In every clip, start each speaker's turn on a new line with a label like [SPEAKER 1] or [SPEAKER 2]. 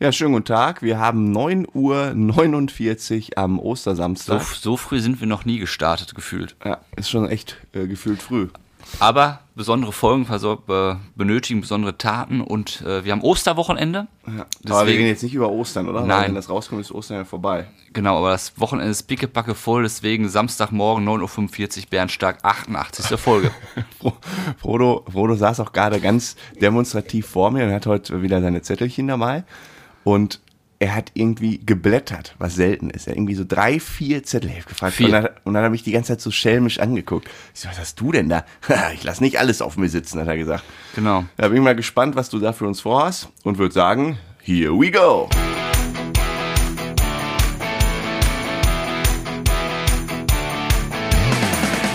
[SPEAKER 1] Ja, schönen guten Tag. Wir haben 9.49 Uhr am
[SPEAKER 2] So,
[SPEAKER 1] Ostersamstag.
[SPEAKER 2] so früh sind wir noch nie gestartet gefühlt.
[SPEAKER 1] Ja, ist schon echt äh, gefühlt früh.
[SPEAKER 2] Aber besondere Folgen versor- be- benötigen besondere Taten und äh, wir haben Osterwochenende.
[SPEAKER 1] Ja. Aber wir
[SPEAKER 2] Deswegen-
[SPEAKER 1] reden jetzt nicht über Ostern, oder? Weil
[SPEAKER 2] Nein.
[SPEAKER 1] wenn das rauskommt, ist Ostern ja vorbei.
[SPEAKER 2] Genau, aber das Wochenende ist pickepacke voll, deswegen Samstagmorgen 9.45 Uhr Bernstark, 88. Folge.
[SPEAKER 1] Fro- Frodo, Frodo saß auch gerade ganz demonstrativ vor mir und hat heute wieder seine Zettelchen dabei. Und er hat irgendwie geblättert, was selten ist. Er hat irgendwie so drei, vier Zettel ich hab gefragt.
[SPEAKER 2] Vier.
[SPEAKER 1] Und dann, und dann habe ich die ganze Zeit so schelmisch angeguckt. Ich so, was hast du denn da? ich lasse nicht alles auf mir sitzen, hat er gesagt.
[SPEAKER 2] Genau.
[SPEAKER 1] Da bin ich mal gespannt, was du da für uns vorhast und würde sagen, here we go.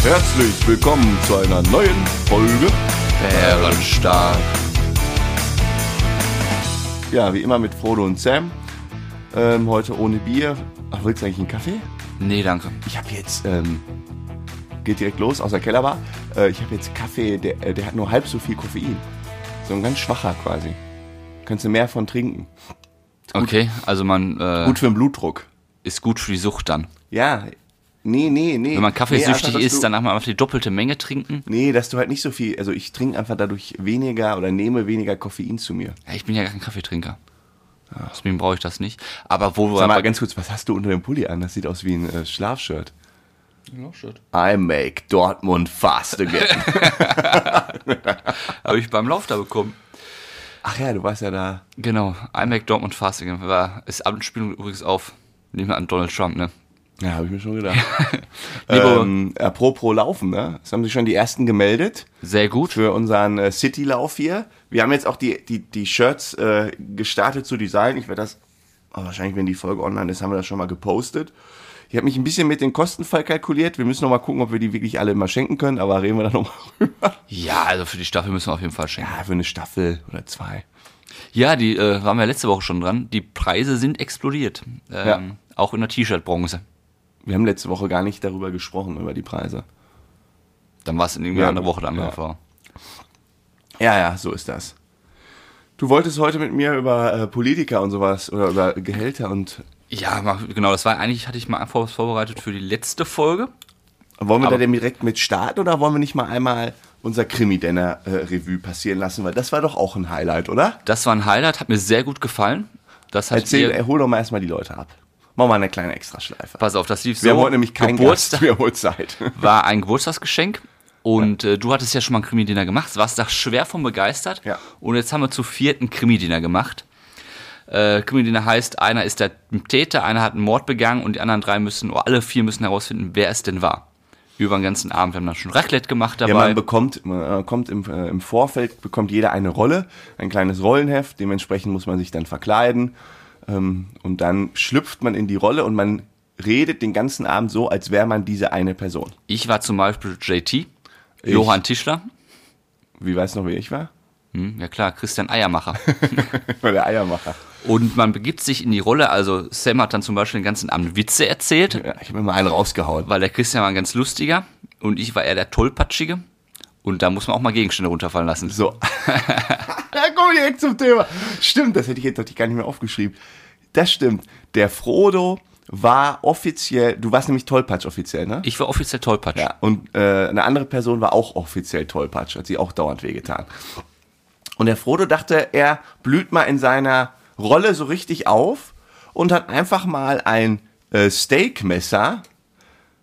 [SPEAKER 1] Herzlich willkommen zu einer neuen Folge.
[SPEAKER 2] Bernstark.
[SPEAKER 1] Ja, wie immer mit Frodo und Sam. Ähm, heute ohne Bier. Ach, willst du eigentlich einen Kaffee?
[SPEAKER 2] Nee, danke.
[SPEAKER 1] Ich habe jetzt, ähm, geht direkt los aus der Kellerbar. Äh, ich habe jetzt Kaffee, der, äh, der hat nur halb so viel Koffein. So ein ganz schwacher quasi. Kannst du mehr von trinken.
[SPEAKER 2] Okay, also man äh,
[SPEAKER 1] Gut für den Blutdruck.
[SPEAKER 2] ist gut für die Sucht dann.
[SPEAKER 1] Ja, nee, nee, nee.
[SPEAKER 2] Wenn man kaffeesüchtig
[SPEAKER 1] einfach, dass
[SPEAKER 2] ist,
[SPEAKER 1] du,
[SPEAKER 2] dann einfach mal die doppelte Menge trinken.
[SPEAKER 1] Nee, dass du halt nicht so viel, also ich trinke einfach dadurch weniger oder nehme weniger Koffein zu mir.
[SPEAKER 2] Ja, ich bin ja gar kein Kaffeetrinker. Deswegen brauche ich das nicht. Aber wo wir
[SPEAKER 1] Sag mal
[SPEAKER 2] bei-
[SPEAKER 1] ganz kurz, was hast du unter dem Pulli an? Das sieht aus wie ein äh, Schlafshirt. I make Dortmund fast again.
[SPEAKER 2] habe ich beim Lauf da bekommen.
[SPEAKER 1] Ach ja, du warst ja da.
[SPEAKER 2] Genau, iMac Dortmund Fasting war ist Anspielung übrigens auf nehmen wir an Donald Trump, ne?
[SPEAKER 1] Ja, habe ich mir schon gedacht.
[SPEAKER 2] Liebe-
[SPEAKER 1] ähm, apropos Laufen, ne? Es haben sich schon die ersten gemeldet
[SPEAKER 2] Sehr gut.
[SPEAKER 1] für unseren äh, City-Lauf hier. Wir haben jetzt auch die, die, die Shirts äh, gestartet zu designen. Ich werde das, oh, wahrscheinlich wenn die Folge online ist, haben wir das schon mal gepostet. Ich habe mich ein bisschen mit den Kosten verkalkuliert. Wir müssen noch mal gucken, ob wir die wirklich alle immer schenken können, aber reden wir da noch mal rüber.
[SPEAKER 2] Ja, also für die Staffel müssen wir auf jeden Fall schenken.
[SPEAKER 1] Ja, für eine Staffel oder zwei.
[SPEAKER 2] Ja, die äh, waren wir letzte Woche schon dran. Die Preise sind explodiert. Ähm,
[SPEAKER 1] Ja.
[SPEAKER 2] Auch in der T-Shirt-Bronze.
[SPEAKER 1] Wir haben letzte Woche gar nicht darüber gesprochen, über die Preise.
[SPEAKER 2] Dann war es in irgendeiner
[SPEAKER 1] Ja,
[SPEAKER 2] anderen Woche dann
[SPEAKER 1] ja.
[SPEAKER 2] ja. vor.
[SPEAKER 1] Ja, ja, so ist das. Du wolltest heute mit mir über äh, Politiker und sowas oder über Gehälter und
[SPEAKER 2] Ja, mal- genau, das war eigentlich, hatte ich mal vor- vorbereitet für die letzte Folge.
[SPEAKER 1] Wollen wir
[SPEAKER 2] Aber-
[SPEAKER 1] da denn direkt mit starten oder wollen wir nicht mal einmal unser Krimi-Denner äh, Revue passieren lassen? Weil das war doch auch ein Highlight, oder?
[SPEAKER 2] Das war ein Highlight, hat mir sehr gut gefallen. Das hat
[SPEAKER 1] Erzähl, äh,
[SPEAKER 2] ihr,
[SPEAKER 1] erhol doch mal erstmal die Leute ab. Machen wir eine kleine Extraschleife.
[SPEAKER 2] pass auf, das lief so.
[SPEAKER 1] Wir haben heute nämlich keinen Gast,
[SPEAKER 2] Geburtstag
[SPEAKER 1] wir haben heute Zeit.
[SPEAKER 2] war ein Geburtstagsgeschenk. Und äh, du hattest ja schon mal einen Krimi-Dinner gemacht, warst da schwer von begeistert.
[SPEAKER 1] Ja.
[SPEAKER 2] Und jetzt haben wir zu vierten Krimi-Dinner gemacht. Äh, Krimi-Dinner heißt, einer ist der Täter, einer hat einen Mord begangen und die anderen drei müssen, oder alle vier müssen herausfinden, wer es denn war. Über den ganzen Abend. Wir haben dann schon Raclette gemacht
[SPEAKER 1] Ja,
[SPEAKER 2] dabei.
[SPEAKER 1] man bekommt, man kommt im, äh, im Vorfeld, bekommt jeder eine Rolle, ein kleines Rollenheft, dementsprechend muss man sich dann verkleiden ähm, und dann schlüpft man in die Rolle und man redet den ganzen Abend so, als wäre man diese eine Person.
[SPEAKER 2] ich war zum Beispiel JT, Johann Tischler,
[SPEAKER 1] Wie weißt du noch, wer ich war?
[SPEAKER 2] hm, ja klar, Christian Eiermacher.
[SPEAKER 1] Der Eiermacher.
[SPEAKER 2] und man begibt sich in die Rolle, also Sam hat dann zum Beispiel den ganzen Abend Witze erzählt.
[SPEAKER 1] Ja, ich habe immer einen rausgehauen.
[SPEAKER 2] weil der Christian war ein ganz lustiger und ich war eher der Tollpatschige. Und da muss man auch mal Gegenstände runterfallen lassen.
[SPEAKER 1] So. da kommen wir direkt zum Thema. Stimmt, das hätte ich jetzt doch gar nicht mehr aufgeschrieben. Das stimmt. Der Frodo war offiziell, du warst nämlich Tollpatsch offiziell, ne?
[SPEAKER 2] Ich war offiziell Tollpatsch.
[SPEAKER 1] Ja. Und äh, eine andere Person war auch offiziell Tollpatsch, hat sie auch dauernd wehgetan. Und der Frodo dachte, er blüht mal in seiner Rolle so richtig auf und hat einfach mal ein äh, Steakmesser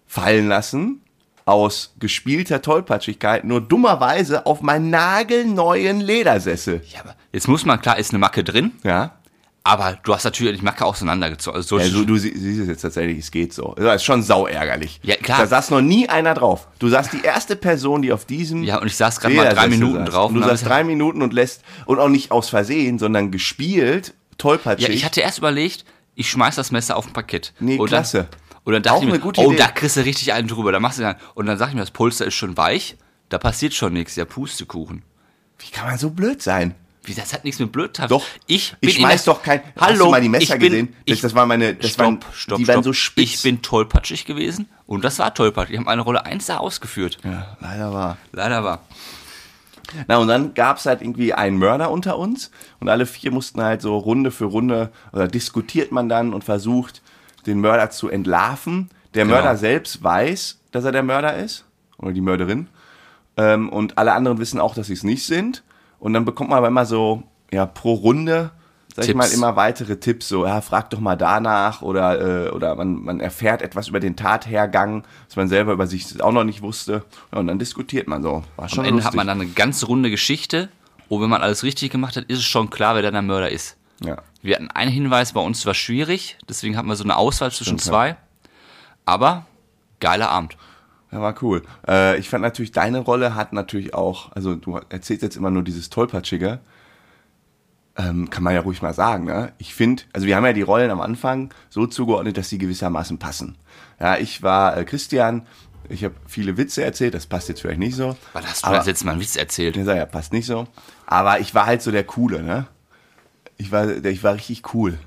[SPEAKER 1] fallen lassen aus gespielter Tollpatschigkeit, nur dummerweise auf meinen nagelneuen Ledersessel.
[SPEAKER 2] Ja, aber jetzt muss man, klar, ist eine Macke drin,
[SPEAKER 1] Ja.
[SPEAKER 2] aber du hast natürlich die Macke auseinandergezogen. Also so
[SPEAKER 1] Also du sie- siehst es jetzt tatsächlich, es geht so. Das ist schon sau ärgerlich.
[SPEAKER 2] Ja, klar.
[SPEAKER 1] Da saß noch nie einer drauf. Du saßt die erste Person, die auf diesem
[SPEAKER 2] Ja, und ich saß gerade mal drei
[SPEAKER 1] Ledersessel
[SPEAKER 2] Minuten
[SPEAKER 1] saß.
[SPEAKER 2] drauf
[SPEAKER 1] Und
[SPEAKER 2] ne?
[SPEAKER 1] du
[SPEAKER 2] und dann
[SPEAKER 1] saßt
[SPEAKER 2] hab ich-
[SPEAKER 1] drei Minuten und lässt und auch nicht aus Versehen, sondern gespielt tollpatschig.
[SPEAKER 2] ja, ich hatte erst überlegt, ich schmeiß das Messer auf ein Parkett.
[SPEAKER 1] Nee,
[SPEAKER 2] und
[SPEAKER 1] klasse.
[SPEAKER 2] Dann, und dann dachte
[SPEAKER 1] Auch
[SPEAKER 2] ich mir,
[SPEAKER 1] eine gute
[SPEAKER 2] oh,
[SPEAKER 1] Idee.
[SPEAKER 2] da kriegst du richtig einen drüber. Da machst du dann, und dann sag ich mir, das Polster ist schon weich, da passiert schon nichts, ja, Pustekuchen.
[SPEAKER 1] Wie kann man so blöd sein?
[SPEAKER 2] Wie, das hat nichts mit Blödheit.
[SPEAKER 1] Doch.
[SPEAKER 2] ich bin
[SPEAKER 1] ich schmeiß
[SPEAKER 2] in der-
[SPEAKER 1] doch kein. Hast
[SPEAKER 2] Hallo,
[SPEAKER 1] du mal die Messer
[SPEAKER 2] ich bin,
[SPEAKER 1] gesehen? Das,
[SPEAKER 2] ich
[SPEAKER 1] das waren meine. Das
[SPEAKER 2] stopp,
[SPEAKER 1] waren,
[SPEAKER 2] stopp,
[SPEAKER 1] die
[SPEAKER 2] stopp.
[SPEAKER 1] waren so spitz.
[SPEAKER 2] Ich bin tollpatschig gewesen und das war tollpatschig. Ich habe meine Rolle 1 da ausgeführt.
[SPEAKER 1] ja, leider war.
[SPEAKER 2] Leider war.
[SPEAKER 1] Na, und dann gab es halt irgendwie einen Mörder unter uns und alle vier mussten halt so Runde für Runde oder diskutiert man dann und versucht, den Mörder zu entlarven. Der
[SPEAKER 2] Genau.
[SPEAKER 1] Mörder selbst weiß, dass er der Mörder ist oder die Mörderin. Ähm, und alle anderen wissen auch, dass sie es nicht sind. Und dann bekommt man aber immer so, ja, pro Runde, sag ich
[SPEAKER 2] Tipps.
[SPEAKER 1] mal, immer weitere Tipps. So, ja, frag doch mal danach oder, äh, oder man, man erfährt etwas über den Tathergang, was man selber über sich auch noch nicht wusste. Ja, und dann diskutiert man so. War schon
[SPEAKER 2] Am Ende hat
[SPEAKER 1] lustig.
[SPEAKER 2] man dann eine ganze runde Geschichte. Und wenn man alles richtig gemacht hat, ist es schon klar, wer dann der Mörder ist.
[SPEAKER 1] Ja.
[SPEAKER 2] Wir hatten einen Hinweis, bei uns war schwierig, deswegen hatten wir so eine Auswahl zwischen
[SPEAKER 1] Stimmt, ja.
[SPEAKER 2] zwei. Aber geiler Abend.
[SPEAKER 1] Ja, war cool. Äh, ich fand natürlich, deine Rolle hat natürlich auch, also du erzählst jetzt immer nur dieses Tollpatschige. Ähm, kann man ja ruhig mal sagen, ne? Ich finde, also wir haben ja die Rollen am Anfang so zugeordnet, dass sie gewissermaßen passen. Ja, ich war äh, Christian, ich habe viele Witze erzählt, das passt jetzt vielleicht nicht so.
[SPEAKER 2] Wann hast du halt
[SPEAKER 1] aber,
[SPEAKER 2] das letzte Mal einen Witz erzählt?
[SPEAKER 1] Ich sag ja, passt nicht so. Aber ich war halt so der Coole, ne? Ich war, der- ich war richtig cool.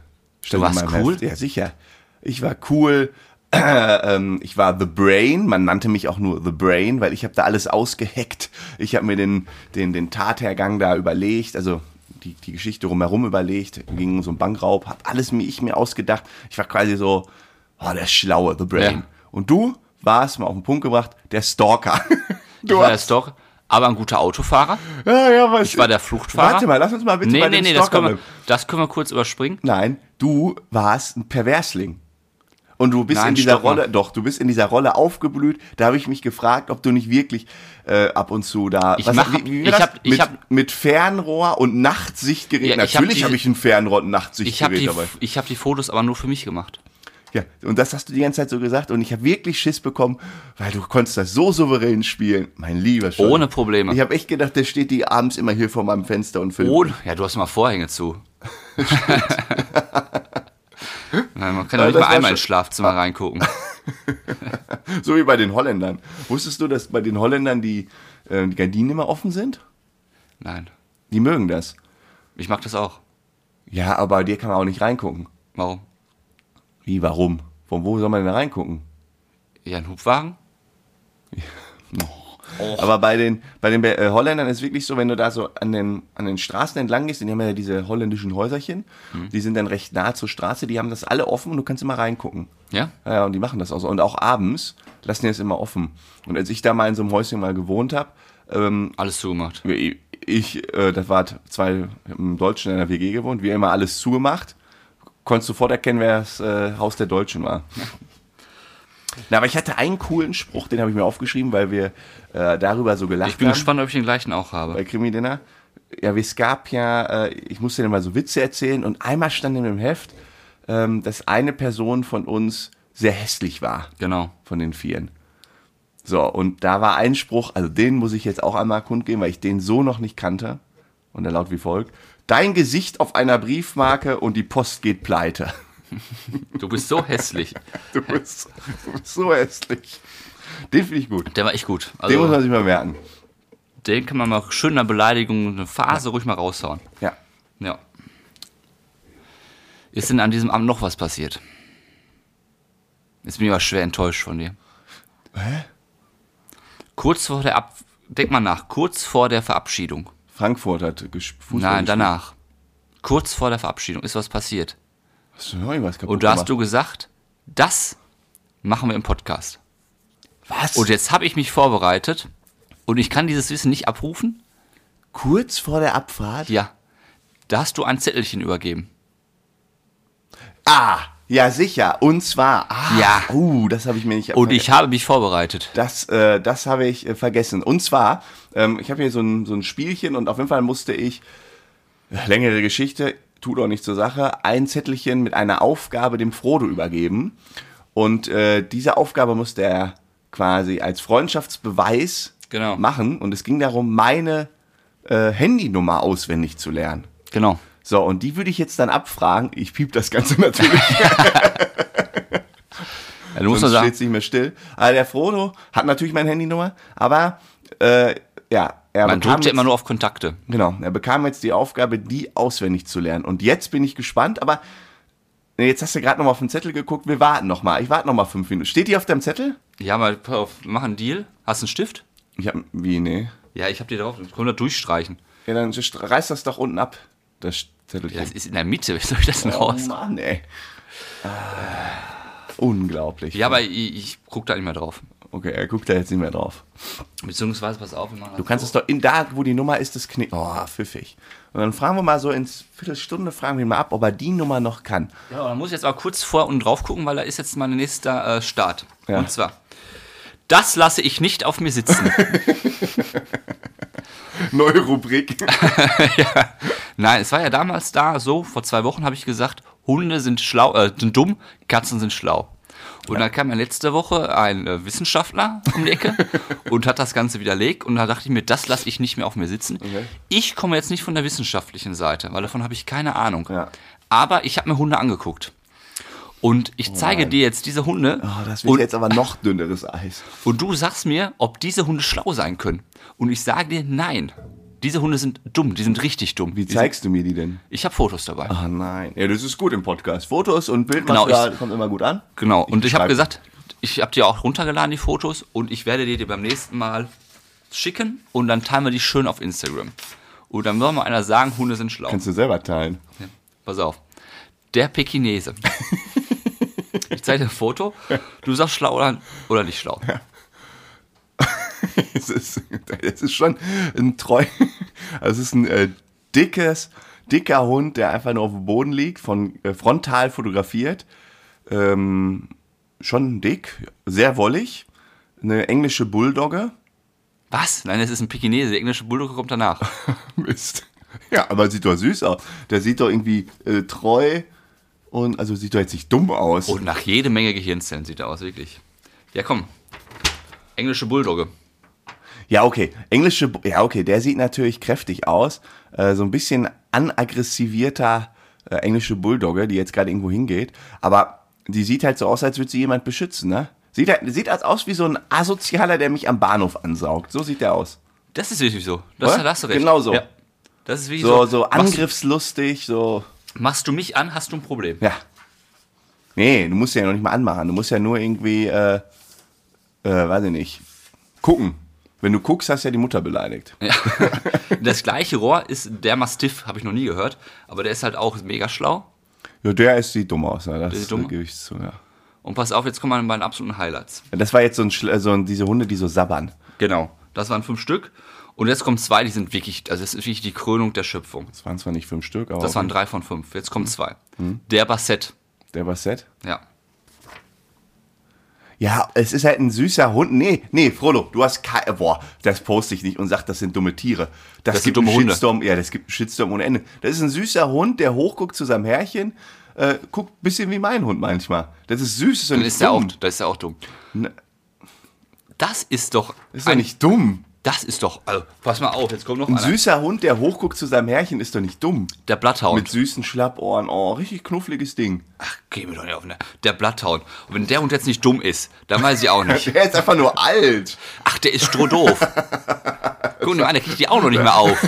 [SPEAKER 1] Stand
[SPEAKER 2] warst
[SPEAKER 1] in meinem
[SPEAKER 2] cool?
[SPEAKER 1] Heft. Ja, sicher. Ich war cool. ähm, ich war The Brain. Man nannte mich auch nur The Brain, weil ich habe da alles ausgeheckt. Ich habe mir den, den, den Tathergang da überlegt, also die, die Geschichte rumherum überlegt, ging um so einen Bankraub, habe alles mir, ich mir ausgedacht. Ich war quasi so, oh, der Schlaue, The Brain.
[SPEAKER 2] Ja.
[SPEAKER 1] Und du warst mal auf den Punkt gebracht, der Stalker.
[SPEAKER 2] Ich
[SPEAKER 1] Du
[SPEAKER 2] war der Stalker, aber ein guter Autofahrer.
[SPEAKER 1] ja, ja, was
[SPEAKER 2] Ich war der Fluchtfahrer.
[SPEAKER 1] Warte mal, lass uns mal bitte
[SPEAKER 2] Nee,
[SPEAKER 1] bei
[SPEAKER 2] nee,
[SPEAKER 1] dem
[SPEAKER 2] nee, das
[SPEAKER 1] Stalker
[SPEAKER 2] können, wir,
[SPEAKER 1] bleiben.
[SPEAKER 2] das können wir kurz überspringen.
[SPEAKER 1] Nein, du warst ein Perversling. Und du bist
[SPEAKER 2] Nein,
[SPEAKER 1] in dieser
[SPEAKER 2] stopp mal.
[SPEAKER 1] Rolle, doch, du bist in dieser Rolle aufgeblüht. Da habe ich mich gefragt, ob du nicht wirklich äh, ab und zu da.
[SPEAKER 2] Ich mach-
[SPEAKER 1] war
[SPEAKER 2] ich
[SPEAKER 1] das?
[SPEAKER 2] hab- ich
[SPEAKER 1] mit,
[SPEAKER 2] hab-
[SPEAKER 1] mit Fernrohr und Nachtsichtgerät.
[SPEAKER 2] Ja, ich hab
[SPEAKER 1] Natürlich
[SPEAKER 2] diese-
[SPEAKER 1] habe ich ein Fernrohr und
[SPEAKER 2] Ich habe
[SPEAKER 1] Nachtsichtgerät
[SPEAKER 2] die,
[SPEAKER 1] dabei.
[SPEAKER 2] ich hab die Fotos aber nur für mich gemacht.
[SPEAKER 1] Ja, und das hast du die ganze Zeit so gesagt. Und ich habe wirklich Schiss bekommen, weil du konntest das so souverän spielen. Mein lieber Scholli.
[SPEAKER 2] Ohne Probleme.
[SPEAKER 1] Ich habe echt gedacht, der steht die abends immer hier vor meinem Fenster und filmt.
[SPEAKER 2] Ohne, ja, du hast mal Vorhänge zu. Nein, man kann
[SPEAKER 1] Ja,
[SPEAKER 2] doch nicht
[SPEAKER 1] das
[SPEAKER 2] mal
[SPEAKER 1] war
[SPEAKER 2] einmal
[SPEAKER 1] schon-
[SPEAKER 2] ins Schlafzimmer reingucken.
[SPEAKER 1] So wie bei den Holländern. Wusstest du, dass bei den Holländern die, äh, die Gardinen immer offen sind?
[SPEAKER 2] Nein,
[SPEAKER 1] Die mögen das.
[SPEAKER 2] ich mag das auch.
[SPEAKER 1] Ja, aber dir kann man auch nicht reingucken.
[SPEAKER 2] Warum?
[SPEAKER 1] Wie, warum? Von wo soll man denn reingucken?
[SPEAKER 2] Ja, ein Hubwagen?
[SPEAKER 1] Aber bei den, bei den äh, Holländern ist wirklich so, wenn du da so an den, an den Straßen entlang gehst, die haben ja diese holländischen Häuserchen, die sind dann recht nah zur Straße, die haben das alle offen und du kannst immer reingucken.
[SPEAKER 2] Ja?
[SPEAKER 1] Ja, Ja, und die machen das auch so. Und auch abends lassen die das immer offen. Und als ich da mal in so einem Häuschen mal gewohnt habe, ähm,
[SPEAKER 2] Alles zugemacht.
[SPEAKER 1] ich, äh, das war zwei im Deutschen in der WG gewohnt, wir immer alles zugemacht. Konntest sofort erkennen, wer das äh, Haus der Deutschen war. Na, aber ich hatte einen coolen Spruch, den habe ich mir aufgeschrieben, weil wir äh, darüber so gelacht
[SPEAKER 2] Ich bin
[SPEAKER 1] haben
[SPEAKER 2] gespannt, ob ich den gleichen auch habe.
[SPEAKER 1] bei Krimi-Dinner. Ja, es gab ja, äh, ich musste dir mal so Witze erzählen und einmal stand in dem Heft, ähm, dass eine Person von uns sehr hässlich war
[SPEAKER 2] Genau.
[SPEAKER 1] von den Vieren. So, und da war ein Spruch, also den muss ich jetzt auch einmal kundgeben, weil ich den so noch nicht kannte. Und der laut wie folgt: Dein Gesicht auf einer Briefmarke und die Post geht pleite.
[SPEAKER 2] Du bist so hässlich.
[SPEAKER 1] Du bist, du bist so hässlich. Den finde ich gut.
[SPEAKER 2] Der war echt gut.
[SPEAKER 1] Den muss
[SPEAKER 2] Also,
[SPEAKER 1] man sich mal merken.
[SPEAKER 2] den kann man mal schön einer Beleidigung, eine Phase ruhig mal raushauen.
[SPEAKER 1] Ja.
[SPEAKER 2] Ja. Ist denn an diesem Abend noch was passiert? Jetzt bin ich aber schwer enttäuscht von dir. Hä? Kurz vor der Ab... Denk mal nach. Kurz vor der Verabschiedung.
[SPEAKER 1] Frankfurt hat ges- Fußball
[SPEAKER 2] Nein,
[SPEAKER 1] gespielt.
[SPEAKER 2] danach. Kurz vor der Verabschiedung ist was passiert.
[SPEAKER 1] Hast du noch irgendwas kaputt
[SPEAKER 2] Und da hast
[SPEAKER 1] gemacht?
[SPEAKER 2] du gesagt, das machen wir im Podcast.
[SPEAKER 1] Was?
[SPEAKER 2] Und jetzt habe ich mich vorbereitet und ich kann dieses Wissen nicht abrufen.
[SPEAKER 1] kurz vor der Abfahrt?
[SPEAKER 2] Ja. Da hast du ein Zettelchen übergeben.
[SPEAKER 1] Ah, ja sicher. Und zwar. Ah,
[SPEAKER 2] Ja.
[SPEAKER 1] Uh, das habe ich mir nicht
[SPEAKER 2] Und ich habe mich vorbereitet.
[SPEAKER 1] Das, äh, das habe ich äh, vergessen. Und zwar, ähm, ich habe hier so ein, so ein Spielchen und auf jeden Fall musste ich, äh, längere Geschichte, tut auch nicht zur Sache, ein Zettelchen mit einer Aufgabe dem Frodo übergeben. Und äh, diese Aufgabe musste er quasi als Freundschaftsbeweis
[SPEAKER 2] Genau.
[SPEAKER 1] machen. Und es ging darum, meine äh, Handynummer auswendig zu lernen.
[SPEAKER 2] Genau.
[SPEAKER 1] So, und die würde ich jetzt dann abfragen. Ich piep das Ganze natürlich.
[SPEAKER 2] Ja, du musst nur
[SPEAKER 1] Sonst
[SPEAKER 2] sagen,
[SPEAKER 1] steht nicht mehr still. Aber der Frodo hat natürlich meine Handynummer, aber äh, ja, er bekam
[SPEAKER 2] Man drückt ja
[SPEAKER 1] jetzt,
[SPEAKER 2] immer nur auf Kontakte.
[SPEAKER 1] genau, er bekam jetzt die Aufgabe, die auswendig zu lernen. Und jetzt bin ich gespannt, aber nee, jetzt hast du gerade nochmal auf den Zettel geguckt, wir warten nochmal. Ich warte nochmal fünf Minuten. Steht die auf deinem Zettel?
[SPEAKER 2] Ja, mal pass auf, mach einen Deal. Hast du einen Stift?
[SPEAKER 1] Ich hab, wie, nee.
[SPEAKER 2] Ja, ich hab die drauf. Können wir durchstreichen.
[SPEAKER 1] Ja, dann sch- reiß das doch unten ab, das Zettelchen.
[SPEAKER 2] Ja, es ist in der Mitte. Wie soll ich das denn raus?
[SPEAKER 1] Oh Mann, ey. Ah, unglaublich.
[SPEAKER 2] Ja, aber ich, ich guck da nicht mehr drauf.
[SPEAKER 1] Okay, er guckt da jetzt nicht mehr drauf.
[SPEAKER 2] Beziehungsweise, pass auf, wir machen
[SPEAKER 1] Du kannst es doch in da, wo die Nummer ist, das knicken. Oh, pfiffig. Und dann fragen wir mal so ins Viertelstunde, fragen wir ihn mal ab, ob er die Nummer noch kann.
[SPEAKER 2] Ja, aber man muss jetzt auch kurz vor und drauf gucken, weil da ist jetzt mein nächster äh, Start.
[SPEAKER 1] Ja.
[SPEAKER 2] Und zwar, das lasse ich nicht auf mir sitzen.
[SPEAKER 1] Neue Rubrik.
[SPEAKER 2] Nein, es war ja damals da so, vor zwei Wochen habe ich gesagt, Hunde sind schlau, äh, sind dumm, Katzen sind schlau. Und dann kam ja letzte Woche ein äh, Wissenschaftler um die Ecke und hat das Ganze widerlegt. Und da dachte ich mir, das lasse ich nicht mehr auf mir sitzen. Ich komme jetzt nicht von der wissenschaftlichen Seite, weil davon habe ich keine Ahnung.
[SPEAKER 1] Ja.
[SPEAKER 2] Aber ich habe mir Hunde angeguckt. Und ich zeige dir jetzt diese Hunde.
[SPEAKER 1] Oh, das wird
[SPEAKER 2] und
[SPEAKER 1] jetzt aber noch dünneres Eis.
[SPEAKER 2] Und du sagst mir, ob diese Hunde schlau sein können. Und ich sage dir, nein. Diese Hunde sind dumm, die sind richtig dumm.
[SPEAKER 1] Wie zeigst du mir die denn?
[SPEAKER 2] Ich habe Fotos dabei.
[SPEAKER 1] Ah nein. Ja, das ist gut im Podcast. Fotos und Bildmaterial
[SPEAKER 2] Genau,
[SPEAKER 1] kommt immer gut an.
[SPEAKER 2] Genau. Und ich
[SPEAKER 1] beschreib-
[SPEAKER 2] habe gesagt, ich habe die auch runtergeladen, die Fotos. Und ich werde dir die beim nächsten Mal schicken. Und dann teilen wir die schön auf Instagram. Und dann wird mal einer sagen, Hunde sind schlau.
[SPEAKER 1] Kannst du selber teilen.
[SPEAKER 2] Pass auf. Der Pekinese. ich zeige dir ein Foto. Du sagst schlau oder, oder nicht schlau.
[SPEAKER 1] Es ist, es ist schon ein treu. Es ist ein äh, dickes, dicker Hund, der einfach nur auf dem Boden liegt, von äh, frontal fotografiert. Ähm, schon dick, sehr wollig. Eine englische Bulldogge.
[SPEAKER 2] Was? Nein, es ist ein Pekinese. Der englische Bulldogge kommt danach.
[SPEAKER 1] Mist. Ja, aber sieht doch süß aus. Der sieht doch irgendwie äh, treu und also sieht doch jetzt nicht dumm aus.
[SPEAKER 2] Und nach jede Menge Gehirnzellen sieht er aus, wirklich. Ja, komm. Englische Bulldogge.
[SPEAKER 1] Ja, okay. Englische, Bu- ja, okay, der sieht natürlich kräftig aus. Äh, so ein bisschen anaggressivierter äh, englische Bulldogge, die jetzt gerade irgendwo hingeht. Aber die sieht halt so aus, als würde sie jemand beschützen, ne? Sieht, halt, sieht als aus wie so ein Asozialer, der mich am Bahnhof ansaugt. So sieht der aus.
[SPEAKER 2] Das ist wirklich so. Das
[SPEAKER 1] Oder?
[SPEAKER 2] da hast du recht.
[SPEAKER 1] Genau so.
[SPEAKER 2] Ja. Das ist wirklich
[SPEAKER 1] So,
[SPEAKER 2] so.
[SPEAKER 1] so
[SPEAKER 2] machst,
[SPEAKER 1] angriffslustig, so.
[SPEAKER 2] machst du mich an, hast du ein Problem.
[SPEAKER 1] Ja. Nee, du musst ja noch nicht mal anmachen. Du musst ja nur irgendwie, äh, äh, weiß ich nicht, gucken. Wenn du guckst, hast du ja die Mutter beleidigt.
[SPEAKER 2] Ja. das gleiche Rohr ist der Mastiff, habe ich noch nie gehört. Aber der ist halt auch mega schlau.
[SPEAKER 1] Ja, der ist, sieht dumm aus, ne? Das
[SPEAKER 2] sieht dumm
[SPEAKER 1] äh,
[SPEAKER 2] aus.
[SPEAKER 1] gebe ich zu, ja.
[SPEAKER 2] Und pass auf, jetzt kommen wir an meinen absoluten Highlights.
[SPEAKER 1] Das war jetzt so, ein, Schl- äh, so ein, diese Hunde, die so sabbern.
[SPEAKER 2] Genau. Das waren fünf Stück. Und jetzt kommen zwei, die sind wirklich, also das ist wirklich die Krönung der Schöpfung.
[SPEAKER 1] Das waren zwar nicht fünf Stück, aber
[SPEAKER 2] Das waren drei von fünf. Jetzt
[SPEAKER 1] Mhm.
[SPEAKER 2] kommen zwei. Der Bassett.
[SPEAKER 1] der Bassett.
[SPEAKER 2] Ja.
[SPEAKER 1] Ja, es ist halt ein süßer Hund. Nee, nee, Frollo, du hast keine. Boah, das poste ich nicht und sag, das sind dumme Tiere. Das,
[SPEAKER 2] sind
[SPEAKER 1] gibt
[SPEAKER 2] dumme
[SPEAKER 1] einen
[SPEAKER 2] Hunde.
[SPEAKER 1] Shitstorm. Ja, das gibt einen Shitstorm ohne Ende. Das ist ein süßer Hund, der hochguckt zu seinem Herrchen. Äh, guckt ein bisschen wie mein Hund manchmal. Das ist süß. Ist doch
[SPEAKER 2] Dann
[SPEAKER 1] nicht
[SPEAKER 2] ist der auch,
[SPEAKER 1] dumm.
[SPEAKER 2] da ist der auch dumm.
[SPEAKER 1] Ne.
[SPEAKER 2] Das ist doch
[SPEAKER 1] Das ist doch nicht dumm.
[SPEAKER 2] Das ist doch. Also, pass mal auf, jetzt kommt noch
[SPEAKER 1] Ein
[SPEAKER 2] einer.
[SPEAKER 1] süßer Hund, der hochguckt zu seinem Herrchen, ist doch nicht dumm.
[SPEAKER 2] Der
[SPEAKER 1] Mit
[SPEAKER 2] Blatthound.
[SPEAKER 1] süßen Schlappohren. Oh, richtig knuffliges Ding.
[SPEAKER 2] Ach, geh mir doch nicht auf, ne? Der Blatthound. Und wenn der Hund jetzt nicht dumm ist, dann weiß ich auch nicht.
[SPEAKER 1] Der ist einfach nur alt.
[SPEAKER 2] Ach, der ist strohdoof. Guck mal, der kriegt die auch noch nicht mehr auf.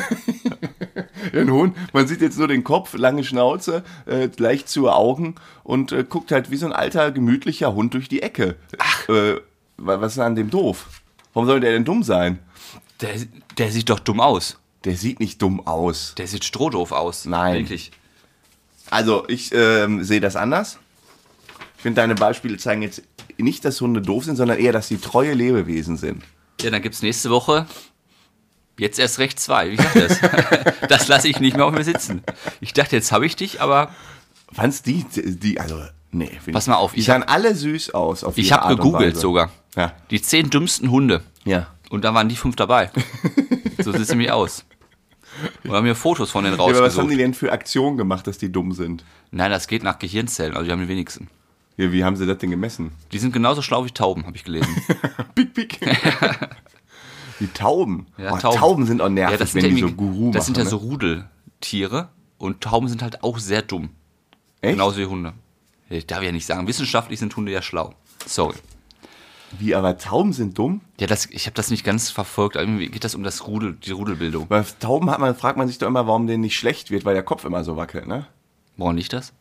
[SPEAKER 1] Den Hund, man sieht jetzt nur den Kopf, lange Schnauze, äh, leicht zu Augen und äh, guckt halt wie so ein alter, gemütlicher Hund durch die Ecke. Ach. Äh, wa- was ist denn an dem doof? Warum soll der denn dumm sein?
[SPEAKER 2] Der, der sieht doch dumm aus.
[SPEAKER 1] Der sieht nicht dumm aus.
[SPEAKER 2] Der sieht strohdoof aus.
[SPEAKER 1] Nein.
[SPEAKER 2] Wirklich.
[SPEAKER 1] Also, ich ähm, sehe das anders. Ich finde, deine Beispiele zeigen jetzt nicht, dass Hunde doof sind, sondern eher, dass sie treue Lebewesen sind.
[SPEAKER 2] Ja, dann gibt's nächste Woche. Jetzt erst recht zwei. Wie sagt das? das lasse ich nicht mehr auf mir sitzen. Ich dachte, jetzt habe ich dich, aber
[SPEAKER 1] Fandst die, die, also, nee. find
[SPEAKER 2] Pass
[SPEAKER 1] ich-
[SPEAKER 2] mal auf,
[SPEAKER 1] Die
[SPEAKER 2] ich
[SPEAKER 1] sahen alle süß aus. Auf
[SPEAKER 2] ich
[SPEAKER 1] ihre
[SPEAKER 2] habe
[SPEAKER 1] Art und
[SPEAKER 2] gegoogelt
[SPEAKER 1] Weise.
[SPEAKER 2] sogar.
[SPEAKER 1] Ja.
[SPEAKER 2] Die zehn dümmsten Hunde.
[SPEAKER 1] Ja.
[SPEAKER 2] Und da waren die fünf dabei. so sieht es nämlich aus. Und haben mir Fotos von denen
[SPEAKER 1] Ja, Aber was haben
[SPEAKER 2] rausgesucht.
[SPEAKER 1] die denn für Aktionen gemacht, dass die dumm sind?
[SPEAKER 2] Nein, das geht nach Gehirnzellen, also die haben die wenigsten.
[SPEAKER 1] Ja, wie haben sie das denn gemessen?
[SPEAKER 2] Die sind genauso schlau wie Tauben, habe ich gelesen.
[SPEAKER 1] Pick, pick. die Tauben.
[SPEAKER 2] Ja,
[SPEAKER 1] oh, Tauben.
[SPEAKER 2] Tauben.
[SPEAKER 1] sind auch nervig, wenn die so
[SPEAKER 2] irgendwie-
[SPEAKER 1] Guru
[SPEAKER 2] das sind ja
[SPEAKER 1] machen.
[SPEAKER 2] so ne? Rudeltiere und Tauben sind halt auch sehr dumm.
[SPEAKER 1] Echt?
[SPEAKER 2] Genauso wie Hunde. Ich darf ja nicht sagen, wissenschaftlich sind Hunde ja schlau. Sorry.
[SPEAKER 1] ne? Wie, aber Tauben sind dumm?
[SPEAKER 2] Ja, das, ich habe das nicht ganz verfolgt. aber Irgendwie geht das um das Rudel, die Rudelbildung.
[SPEAKER 1] Bei Tauben hat man, fragt man sich doch immer, warum denen nicht schlecht wird, weil der Kopf immer so wackelt, ne?
[SPEAKER 2] Warum nicht das?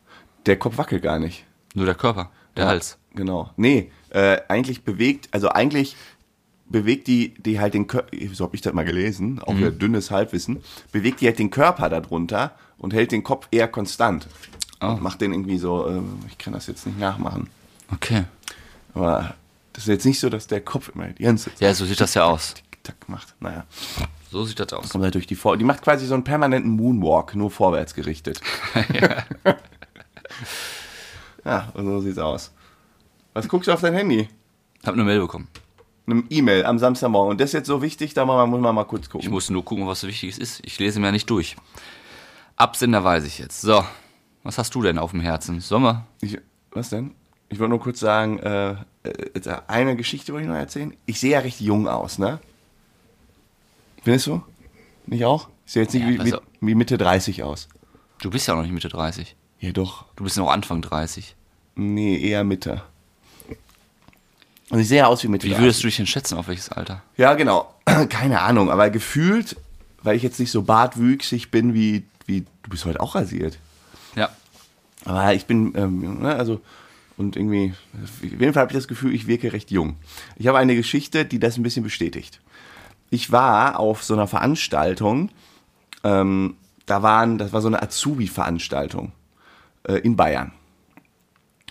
[SPEAKER 1] Der Kopf wackelt gar nicht.
[SPEAKER 2] Nur der Körper, der Hals.
[SPEAKER 1] Genau. Nee, äh, eigentlich bewegt, also eigentlich bewegt die, die halt den Körper, so habe ich das mal gelesen,
[SPEAKER 2] Mhm.
[SPEAKER 1] auch wieder dünnes Halbwissen, bewegt die halt den Körper darunter und hält den Kopf eher konstant.
[SPEAKER 2] Oh.
[SPEAKER 1] Und macht den irgendwie so, ähm, ich kann das jetzt nicht nachmachen.
[SPEAKER 2] Okay.
[SPEAKER 1] Aber das ist jetzt nicht so, dass der Kopf immer die ganze Zeit
[SPEAKER 2] Ja, so sieht das ja aus.
[SPEAKER 1] Tack macht. Naja,
[SPEAKER 2] So sieht das aus.
[SPEAKER 1] kommt halt durch die Vor Die macht quasi so einen permanenten Moonwalk, nur vorwärts gerichtet. ja, und so sieht's aus. Was guckst du auf dein Handy?
[SPEAKER 2] Hab eine Mail bekommen.
[SPEAKER 1] Eine E-Mail am Samstagmorgen. Und das ist jetzt so wichtig, da mal- muss man mal kurz
[SPEAKER 2] Ich
[SPEAKER 1] gucken.
[SPEAKER 2] musste nur gucken, was so Wichtiges ist. Ich lese mir ja nicht durch. Absender weiß ich jetzt. So, was hast du denn auf dem Herzen? Sommer?
[SPEAKER 1] Ich, was denn? Ich wollte nur kurz sagen, äh, äh, eine Geschichte wollte ich noch erzählen. Ich sehe ja recht jung aus, ne? Findest du? Nicht auch? Ich sehe jetzt nicht
[SPEAKER 2] Ja, also
[SPEAKER 1] wie,
[SPEAKER 2] pass
[SPEAKER 1] wie,
[SPEAKER 2] auf.
[SPEAKER 1] wie Mitte 30 aus.
[SPEAKER 2] Du bist ja noch nicht Mitte 30.
[SPEAKER 1] Ja, doch.
[SPEAKER 2] Du bist noch Anfang 30.
[SPEAKER 1] Nee, eher Mitte. Und ich sehe ja aus wie Mitte
[SPEAKER 2] Wie
[SPEAKER 1] 30.
[SPEAKER 2] würdest du dich denn schätzen, auf welches Alter?
[SPEAKER 1] Ja, genau. Keine Ahnung, aber gefühlt, weil ich jetzt nicht so bartwüchsig bin wie, wie du bist heute auch rasiert.
[SPEAKER 2] Ja.
[SPEAKER 1] Aber ich bin, ähm, ne, also, und irgendwie, auf jeden Fall habe ich das Gefühl, ich wirke recht jung. Ich habe eine Geschichte, die das ein bisschen bestätigt. Ich war auf so einer Veranstaltung, ähm, da waren, das war so eine Azubi-Veranstaltung äh, in Bayern.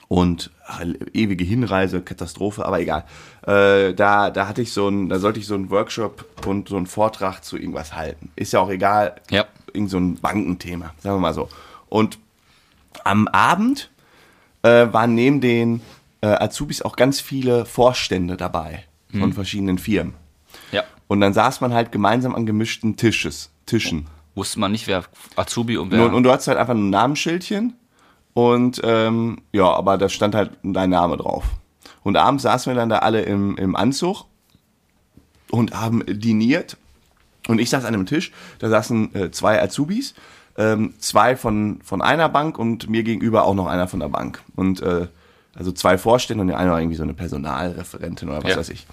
[SPEAKER 1] Und ach, ewige Hinreise, Katastrophe, aber egal. Äh, da, da hatte ich so ein, da sollte ich so einen Workshop und so einen Vortrag zu irgendwas halten. Ist ja auch egal.
[SPEAKER 2] Ja.
[SPEAKER 1] Irgend so ein Bankenthema, sagen wir mal so. Und am Abend äh, waren neben den äh, Azubis auch ganz viele Vorstände dabei von verschiedenen Firmen.
[SPEAKER 2] Ja.
[SPEAKER 1] Und dann saß man halt gemeinsam an gemischten Tisches, Tischen.
[SPEAKER 2] Wusste man nicht, wer Azubi und wer.
[SPEAKER 1] Und, und du hattest halt einfach nur ein Namensschildchen. Und ähm, ja, aber da stand halt dein Name drauf. Und abends saßen wir dann da alle im, im Anzug und haben diniert. Und ich saß an einem Tisch, da saßen äh, zwei Azubis, ähm, zwei von, von einer Bank und mir gegenüber auch noch einer von der Bank. Und äh, also zwei Vorstände und der eine war irgendwie so eine Personalreferentin oder was
[SPEAKER 2] Ja.
[SPEAKER 1] weiß ich.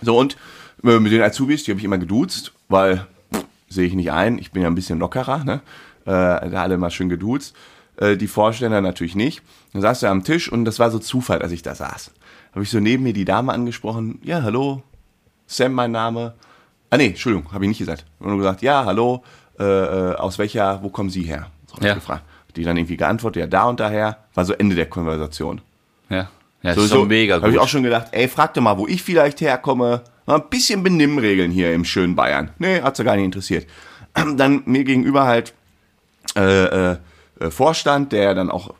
[SPEAKER 1] So, und äh, mit den Azubis, die habe ich immer geduzt, weil pff, sehe ich nicht ein. Ich bin ja ein bisschen lockerer, ne? Äh, da alle mal schön geduzt. Äh, die Vorständer natürlich nicht. Dann saß du am Tisch und das war so Zufall, als ich da saß. Habe ich so neben mir die Dame angesprochen. Ja, hallo, Sam mein Name. Ah nee, Entschuldigung, habe ich nicht gesagt. Ich hab nur gesagt, ja, hallo, äh, äh, aus welcher, wo kommen Sie her? So hab ich
[SPEAKER 2] Ja.
[SPEAKER 1] gefragt. Hat Die dann irgendwie geantwortet, ja, da und daher. War so Ende der Konversation. Also
[SPEAKER 2] ja. Ja, das
[SPEAKER 1] So,
[SPEAKER 2] ist doch mega
[SPEAKER 1] Habe
[SPEAKER 2] gut.
[SPEAKER 1] ich auch schon gedacht, ey, frag doch mal, wo ich vielleicht herkomme. Mal ein bisschen Benimmregeln hier im schönen Bayern. Nee, hat sie gar nicht interessiert. Dann mir gegenüber halt äh, äh, äh, Vorstand, der dann auch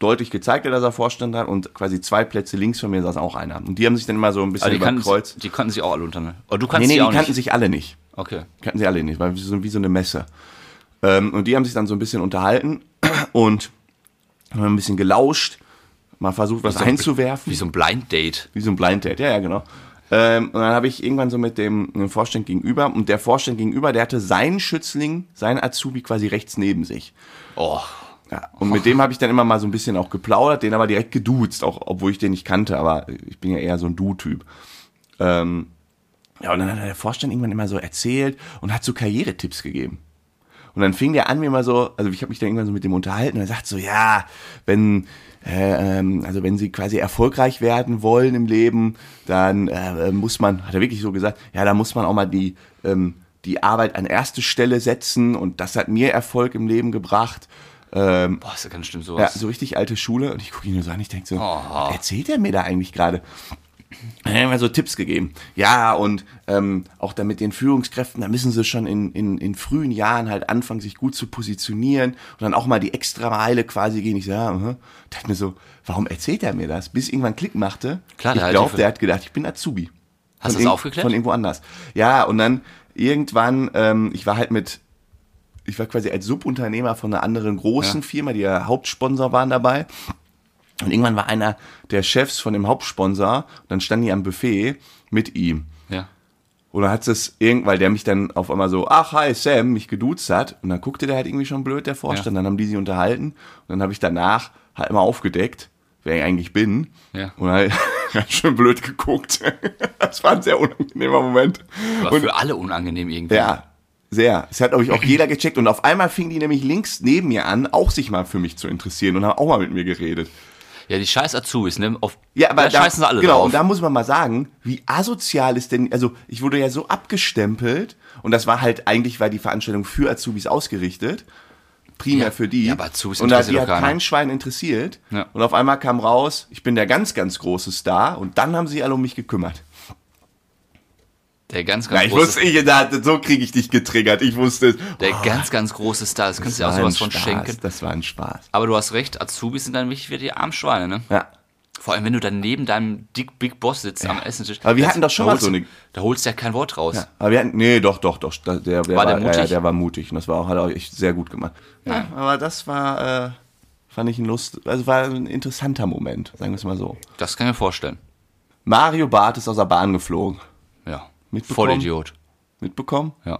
[SPEAKER 1] deutlich gezeigt hat, dass er Vorstand hat und quasi zwei Plätze links von mir saß auch einer. Und die haben sich dann immer so ein bisschen
[SPEAKER 2] Aber die,
[SPEAKER 1] überkreuzt.
[SPEAKER 2] kannten, die kannten sich auch alle untereinander. Aber du
[SPEAKER 1] Nee,
[SPEAKER 2] kannst
[SPEAKER 1] nee,
[SPEAKER 2] sie
[SPEAKER 1] die
[SPEAKER 2] auch
[SPEAKER 1] kannten
[SPEAKER 2] nicht.
[SPEAKER 1] sich alle nicht.
[SPEAKER 2] Okay.
[SPEAKER 1] Kannten sie alle nicht, weil so wie so eine Messe. Ähm, und die haben sich dann so ein bisschen unterhalten und haben ein bisschen gelauscht, mal versucht, was
[SPEAKER 2] so ein-
[SPEAKER 1] einzuwerfen.
[SPEAKER 2] Wie so ein Blind Date.
[SPEAKER 1] Wie so ein Blind Date, ja, ja, genau. Ähm, und dann habe ich irgendwann so mit dem, dem Vorstand gegenüber und der Vorstand gegenüber, der hatte seinen Schützling, seinen Azubi quasi rechts neben sich.
[SPEAKER 2] Oh.
[SPEAKER 1] Ja, und mit dem habe ich dann immer mal so ein bisschen auch geplaudert, den aber direkt geduzt, auch obwohl ich den nicht kannte, aber ich bin ja eher so ein Du-Typ. Ähm, ja, und dann hat der Vorstand irgendwann immer so erzählt und hat so Karrieretipps gegeben. Und dann fing der an, mir mal so, also ich habe mich dann irgendwann so mit dem unterhalten und er sagt so, ja, wenn, äh, ähm, also wenn sie quasi erfolgreich werden wollen im Leben, dann äh, äh, muss man, hat er wirklich so gesagt, ja, da muss man auch mal die, ähm, die Arbeit an erste Stelle setzen und das hat mir Erfolg im Leben gebracht. Ähm,
[SPEAKER 2] Boah, ist ja ganz schlimm
[SPEAKER 1] ja,
[SPEAKER 2] sowas.
[SPEAKER 1] so richtig alte Schule. Und ich gucke ihn nur so an, ich denke so,
[SPEAKER 2] Oh.
[SPEAKER 1] was erzählt er mir da eigentlich gerade? Dann hat er mir so Tipps gegeben. Ja, und ähm, auch dann mit den Führungskräften, da müssen sie schon in, in, in frühen Jahren halt anfangen, sich gut zu positionieren und dann auch mal die extra Meile quasi gehen. Ich so, ja, mhm. dachte mir so, warum erzählt er mir das? Bis irgendwann Klick machte.
[SPEAKER 2] Klar, der
[SPEAKER 1] ich
[SPEAKER 2] hat
[SPEAKER 1] glaube,
[SPEAKER 2] die-
[SPEAKER 1] der hat gedacht, ich bin Azubi.
[SPEAKER 2] Hast
[SPEAKER 1] Von
[SPEAKER 2] du das
[SPEAKER 1] irgend-
[SPEAKER 2] aufgeklärt?
[SPEAKER 1] Von irgendwo anders. Ja, und dann irgendwann, ähm, ich war halt mit, ich war quasi als Subunternehmer von einer anderen großen
[SPEAKER 2] Ja.
[SPEAKER 1] Firma, die ja Hauptsponsor waren dabei. Und irgendwann war einer der Chefs von dem Hauptsponsor, und dann standen die am Buffet mit ihm.
[SPEAKER 2] ja.
[SPEAKER 1] Und dann hat es irgend, weil der mich dann auf einmal so, ach, hi, Sam, mich geduzt hat. Und dann guckte der halt irgendwie schon blöd, der Vorstand. Dann haben die sich unterhalten. Und dann habe ich danach halt mal aufgedeckt, wer ich eigentlich bin.
[SPEAKER 2] Ja.
[SPEAKER 1] Und halt ganz schön blöd geguckt. Das war ein sehr unangenehmer Moment.
[SPEAKER 2] War
[SPEAKER 1] Und
[SPEAKER 2] für alle unangenehm irgendwie.
[SPEAKER 1] ja, sehr. Es hat, glaube ich, auch jeder gecheckt. Und auf einmal fing die nämlich links neben mir an, auch sich mal für mich zu interessieren und haben auch mal mit mir geredet.
[SPEAKER 2] Ja, die scheiß Azubis, ne? Auf,
[SPEAKER 1] Ja, aber
[SPEAKER 2] da,
[SPEAKER 1] da,
[SPEAKER 2] scheißen sie alle
[SPEAKER 1] genau,
[SPEAKER 2] drauf.
[SPEAKER 1] und da muss man mal sagen, wie asozial ist denn, also ich wurde ja so abgestempelt und das war halt, eigentlich war die Veranstaltung für Azubis ausgerichtet, primär
[SPEAKER 2] Ja,
[SPEAKER 1] für die.
[SPEAKER 2] ja, aber Azubis
[SPEAKER 1] und da
[SPEAKER 2] interessiert
[SPEAKER 1] die
[SPEAKER 2] doch
[SPEAKER 1] hat
[SPEAKER 2] keiner.
[SPEAKER 1] kein Schwein interessiert
[SPEAKER 2] Ja.
[SPEAKER 1] und auf einmal kam raus, ich bin der ganz, ganz große Star und dann haben sich alle um mich gekümmert.
[SPEAKER 2] der ganz,
[SPEAKER 1] Ja,
[SPEAKER 2] ganz
[SPEAKER 1] ich
[SPEAKER 2] große,
[SPEAKER 1] wusste, ich, da, so kriege ich dich getriggert, ich wusste es. Oh,
[SPEAKER 2] der ganz, ganz große Star. Das kannst du dir
[SPEAKER 1] war
[SPEAKER 2] auch
[SPEAKER 1] ein
[SPEAKER 2] sowas von
[SPEAKER 1] Spaß,
[SPEAKER 2] schenken.
[SPEAKER 1] Das war ein Spaß.
[SPEAKER 2] Aber du hast recht, Azubis sind dann wichtig für die armen Schweine, ne?
[SPEAKER 1] Ja.
[SPEAKER 2] Vor allem, wenn du dann neben deinem Dick Big Boss sitzt am Essenstisch.
[SPEAKER 1] Aber wir
[SPEAKER 2] Das-
[SPEAKER 1] hatten doch schon
[SPEAKER 2] da
[SPEAKER 1] mal
[SPEAKER 2] holst
[SPEAKER 1] so
[SPEAKER 2] du-
[SPEAKER 1] eine-
[SPEAKER 2] Da holst du ja kein Wort raus.
[SPEAKER 1] Aber wir hatten, nee, doch, doch, doch. da- Der, der
[SPEAKER 2] War
[SPEAKER 1] war,
[SPEAKER 2] der
[SPEAKER 1] Ja,
[SPEAKER 2] mutig?
[SPEAKER 1] der war mutig und das war auch, hat auch echt sehr gut gemacht. Ja, aber das war, äh, fand ich ein Lust, also war ein interessanter Moment, sagen wir es mal so.
[SPEAKER 2] Das kann ich mir vorstellen.
[SPEAKER 1] Mario Barth ist aus der Bahn geflogen.
[SPEAKER 2] Ja.
[SPEAKER 1] Mitbekommen?
[SPEAKER 2] Vollidiot.
[SPEAKER 1] Mitbekommen?
[SPEAKER 2] Ja.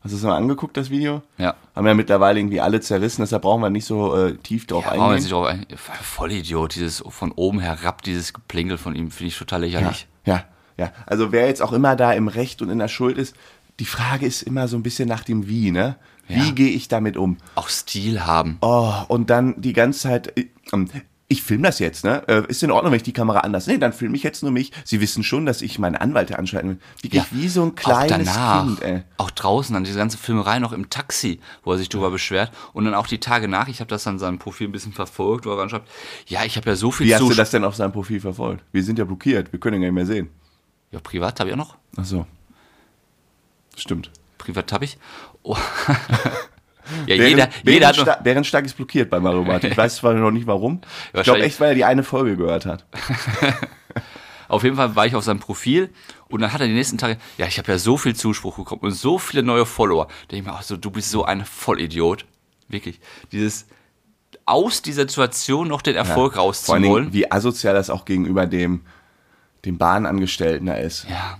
[SPEAKER 1] Hast du es mal angeguckt, das Video?
[SPEAKER 2] Ja.
[SPEAKER 1] Haben ja mittlerweile irgendwie alle zerrissen, deshalb brauchen wir nicht so äh, tief drauf
[SPEAKER 2] Brauchen wir jetzt
[SPEAKER 1] eingehen.
[SPEAKER 2] nicht drauf ein. Vollidiot, dieses von oben herab, dieses Geplänkel von ihm finde ich total
[SPEAKER 1] Ja,
[SPEAKER 2] lächerlich.
[SPEAKER 1] ja, ja. Also wer jetzt auch immer da im Recht und in der Schuld ist, die Frage ist immer so ein bisschen nach dem Wie, ne? Wie
[SPEAKER 2] Ja.
[SPEAKER 1] gehe ich damit um?
[SPEAKER 2] Auch Stil haben.
[SPEAKER 1] Oh, und dann die ganze Zeit. äh, ähm, Ich film das jetzt, ne? Äh, Ist in Ordnung, wenn ich die Kamera anders. Nee, dann film ich jetzt nur mich. Sie wissen schon, dass ich meine Anwälte anschalten will. Wirklich wie so ein kleines
[SPEAKER 2] auch danach,
[SPEAKER 1] Kind, ey.
[SPEAKER 2] Auch draußen, dann diese ganze Filmerei noch im Taxi, wo er sich drüber beschwert. Und dann auch die Tage nach, ich habe das an seinem Profil ein bisschen verfolgt, wo er dann schreibt, ja, ich habe ja so viel
[SPEAKER 1] Wie hast
[SPEAKER 2] zu.
[SPEAKER 1] du das denn auf seinem Profil verfolgt? Wir sind ja blockiert, wir können ihn gar nicht mehr sehen.
[SPEAKER 2] ja, privat habe ich auch noch.
[SPEAKER 1] Ach so. Stimmt.
[SPEAKER 2] Privat habe ich. Oh. ja,
[SPEAKER 1] Bären,
[SPEAKER 2] jeder,
[SPEAKER 1] Bären
[SPEAKER 2] jeder hat. Noch,
[SPEAKER 1] Sta- Bären Stark ist blockiert bei Mario Barth. Ich weiß zwar noch nicht warum. Ich glaube
[SPEAKER 2] Wahrscheinlich-
[SPEAKER 1] echt, weil er die eine Folge gehört hat.
[SPEAKER 2] auf jeden Fall war ich auf seinem Profil und dann hat er die nächsten Tage, ja, ich habe ja so viel Zuspruch bekommen und so viele neue Follower. Da denke ich mir auch so, du bist so ein Vollidiot. Wirklich. Dieses aus dieser Situation noch den Erfolg
[SPEAKER 1] Vor allen
[SPEAKER 2] rauszuholen.
[SPEAKER 1] Dingen, wie asozial das auch gegenüber dem, dem Bahnangestellten da ist.
[SPEAKER 2] Ja,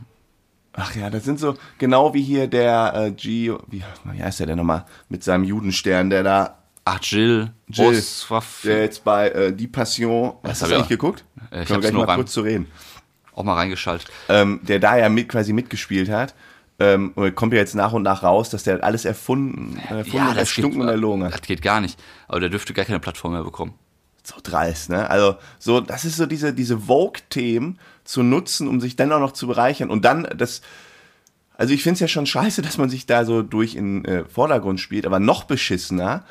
[SPEAKER 1] Ach ja, das sind so, genau wie hier der äh, Gio, wie, wie heißt der denn nochmal, mit seinem Judenstern, der da,
[SPEAKER 2] Ach, Jill.
[SPEAKER 1] Jill,
[SPEAKER 2] Oswaf-
[SPEAKER 1] der jetzt bei äh, Die Passion, hast du
[SPEAKER 2] hab
[SPEAKER 1] das
[SPEAKER 2] ich
[SPEAKER 1] eigentlich
[SPEAKER 2] auch.
[SPEAKER 1] geguckt?
[SPEAKER 2] Äh,
[SPEAKER 1] Können
[SPEAKER 2] ich
[SPEAKER 1] wir
[SPEAKER 2] hab's
[SPEAKER 1] gleich
[SPEAKER 2] nur
[SPEAKER 1] mal
[SPEAKER 2] beim-
[SPEAKER 1] kurz zu reden.
[SPEAKER 2] auch mal reingeschaltet.
[SPEAKER 1] Ähm, der da ja mit, quasi mitgespielt hat, ähm, und kommt ja jetzt nach und nach raus, dass der halt alles erfunden, äh, erfunden und erstunken und erlogen hat.
[SPEAKER 2] Das geht gar nicht. Aber der dürfte gar keine Plattform mehr bekommen.
[SPEAKER 1] So dreist, ne? Also, so, das ist so diese, diese Vogue-Themen zu nutzen, um sich dann auch noch zu bereichern. Und dann das. Also, ich finde es ja schon scheiße, dass man sich da so durch in äh, Vordergrund spielt, aber noch beschissener,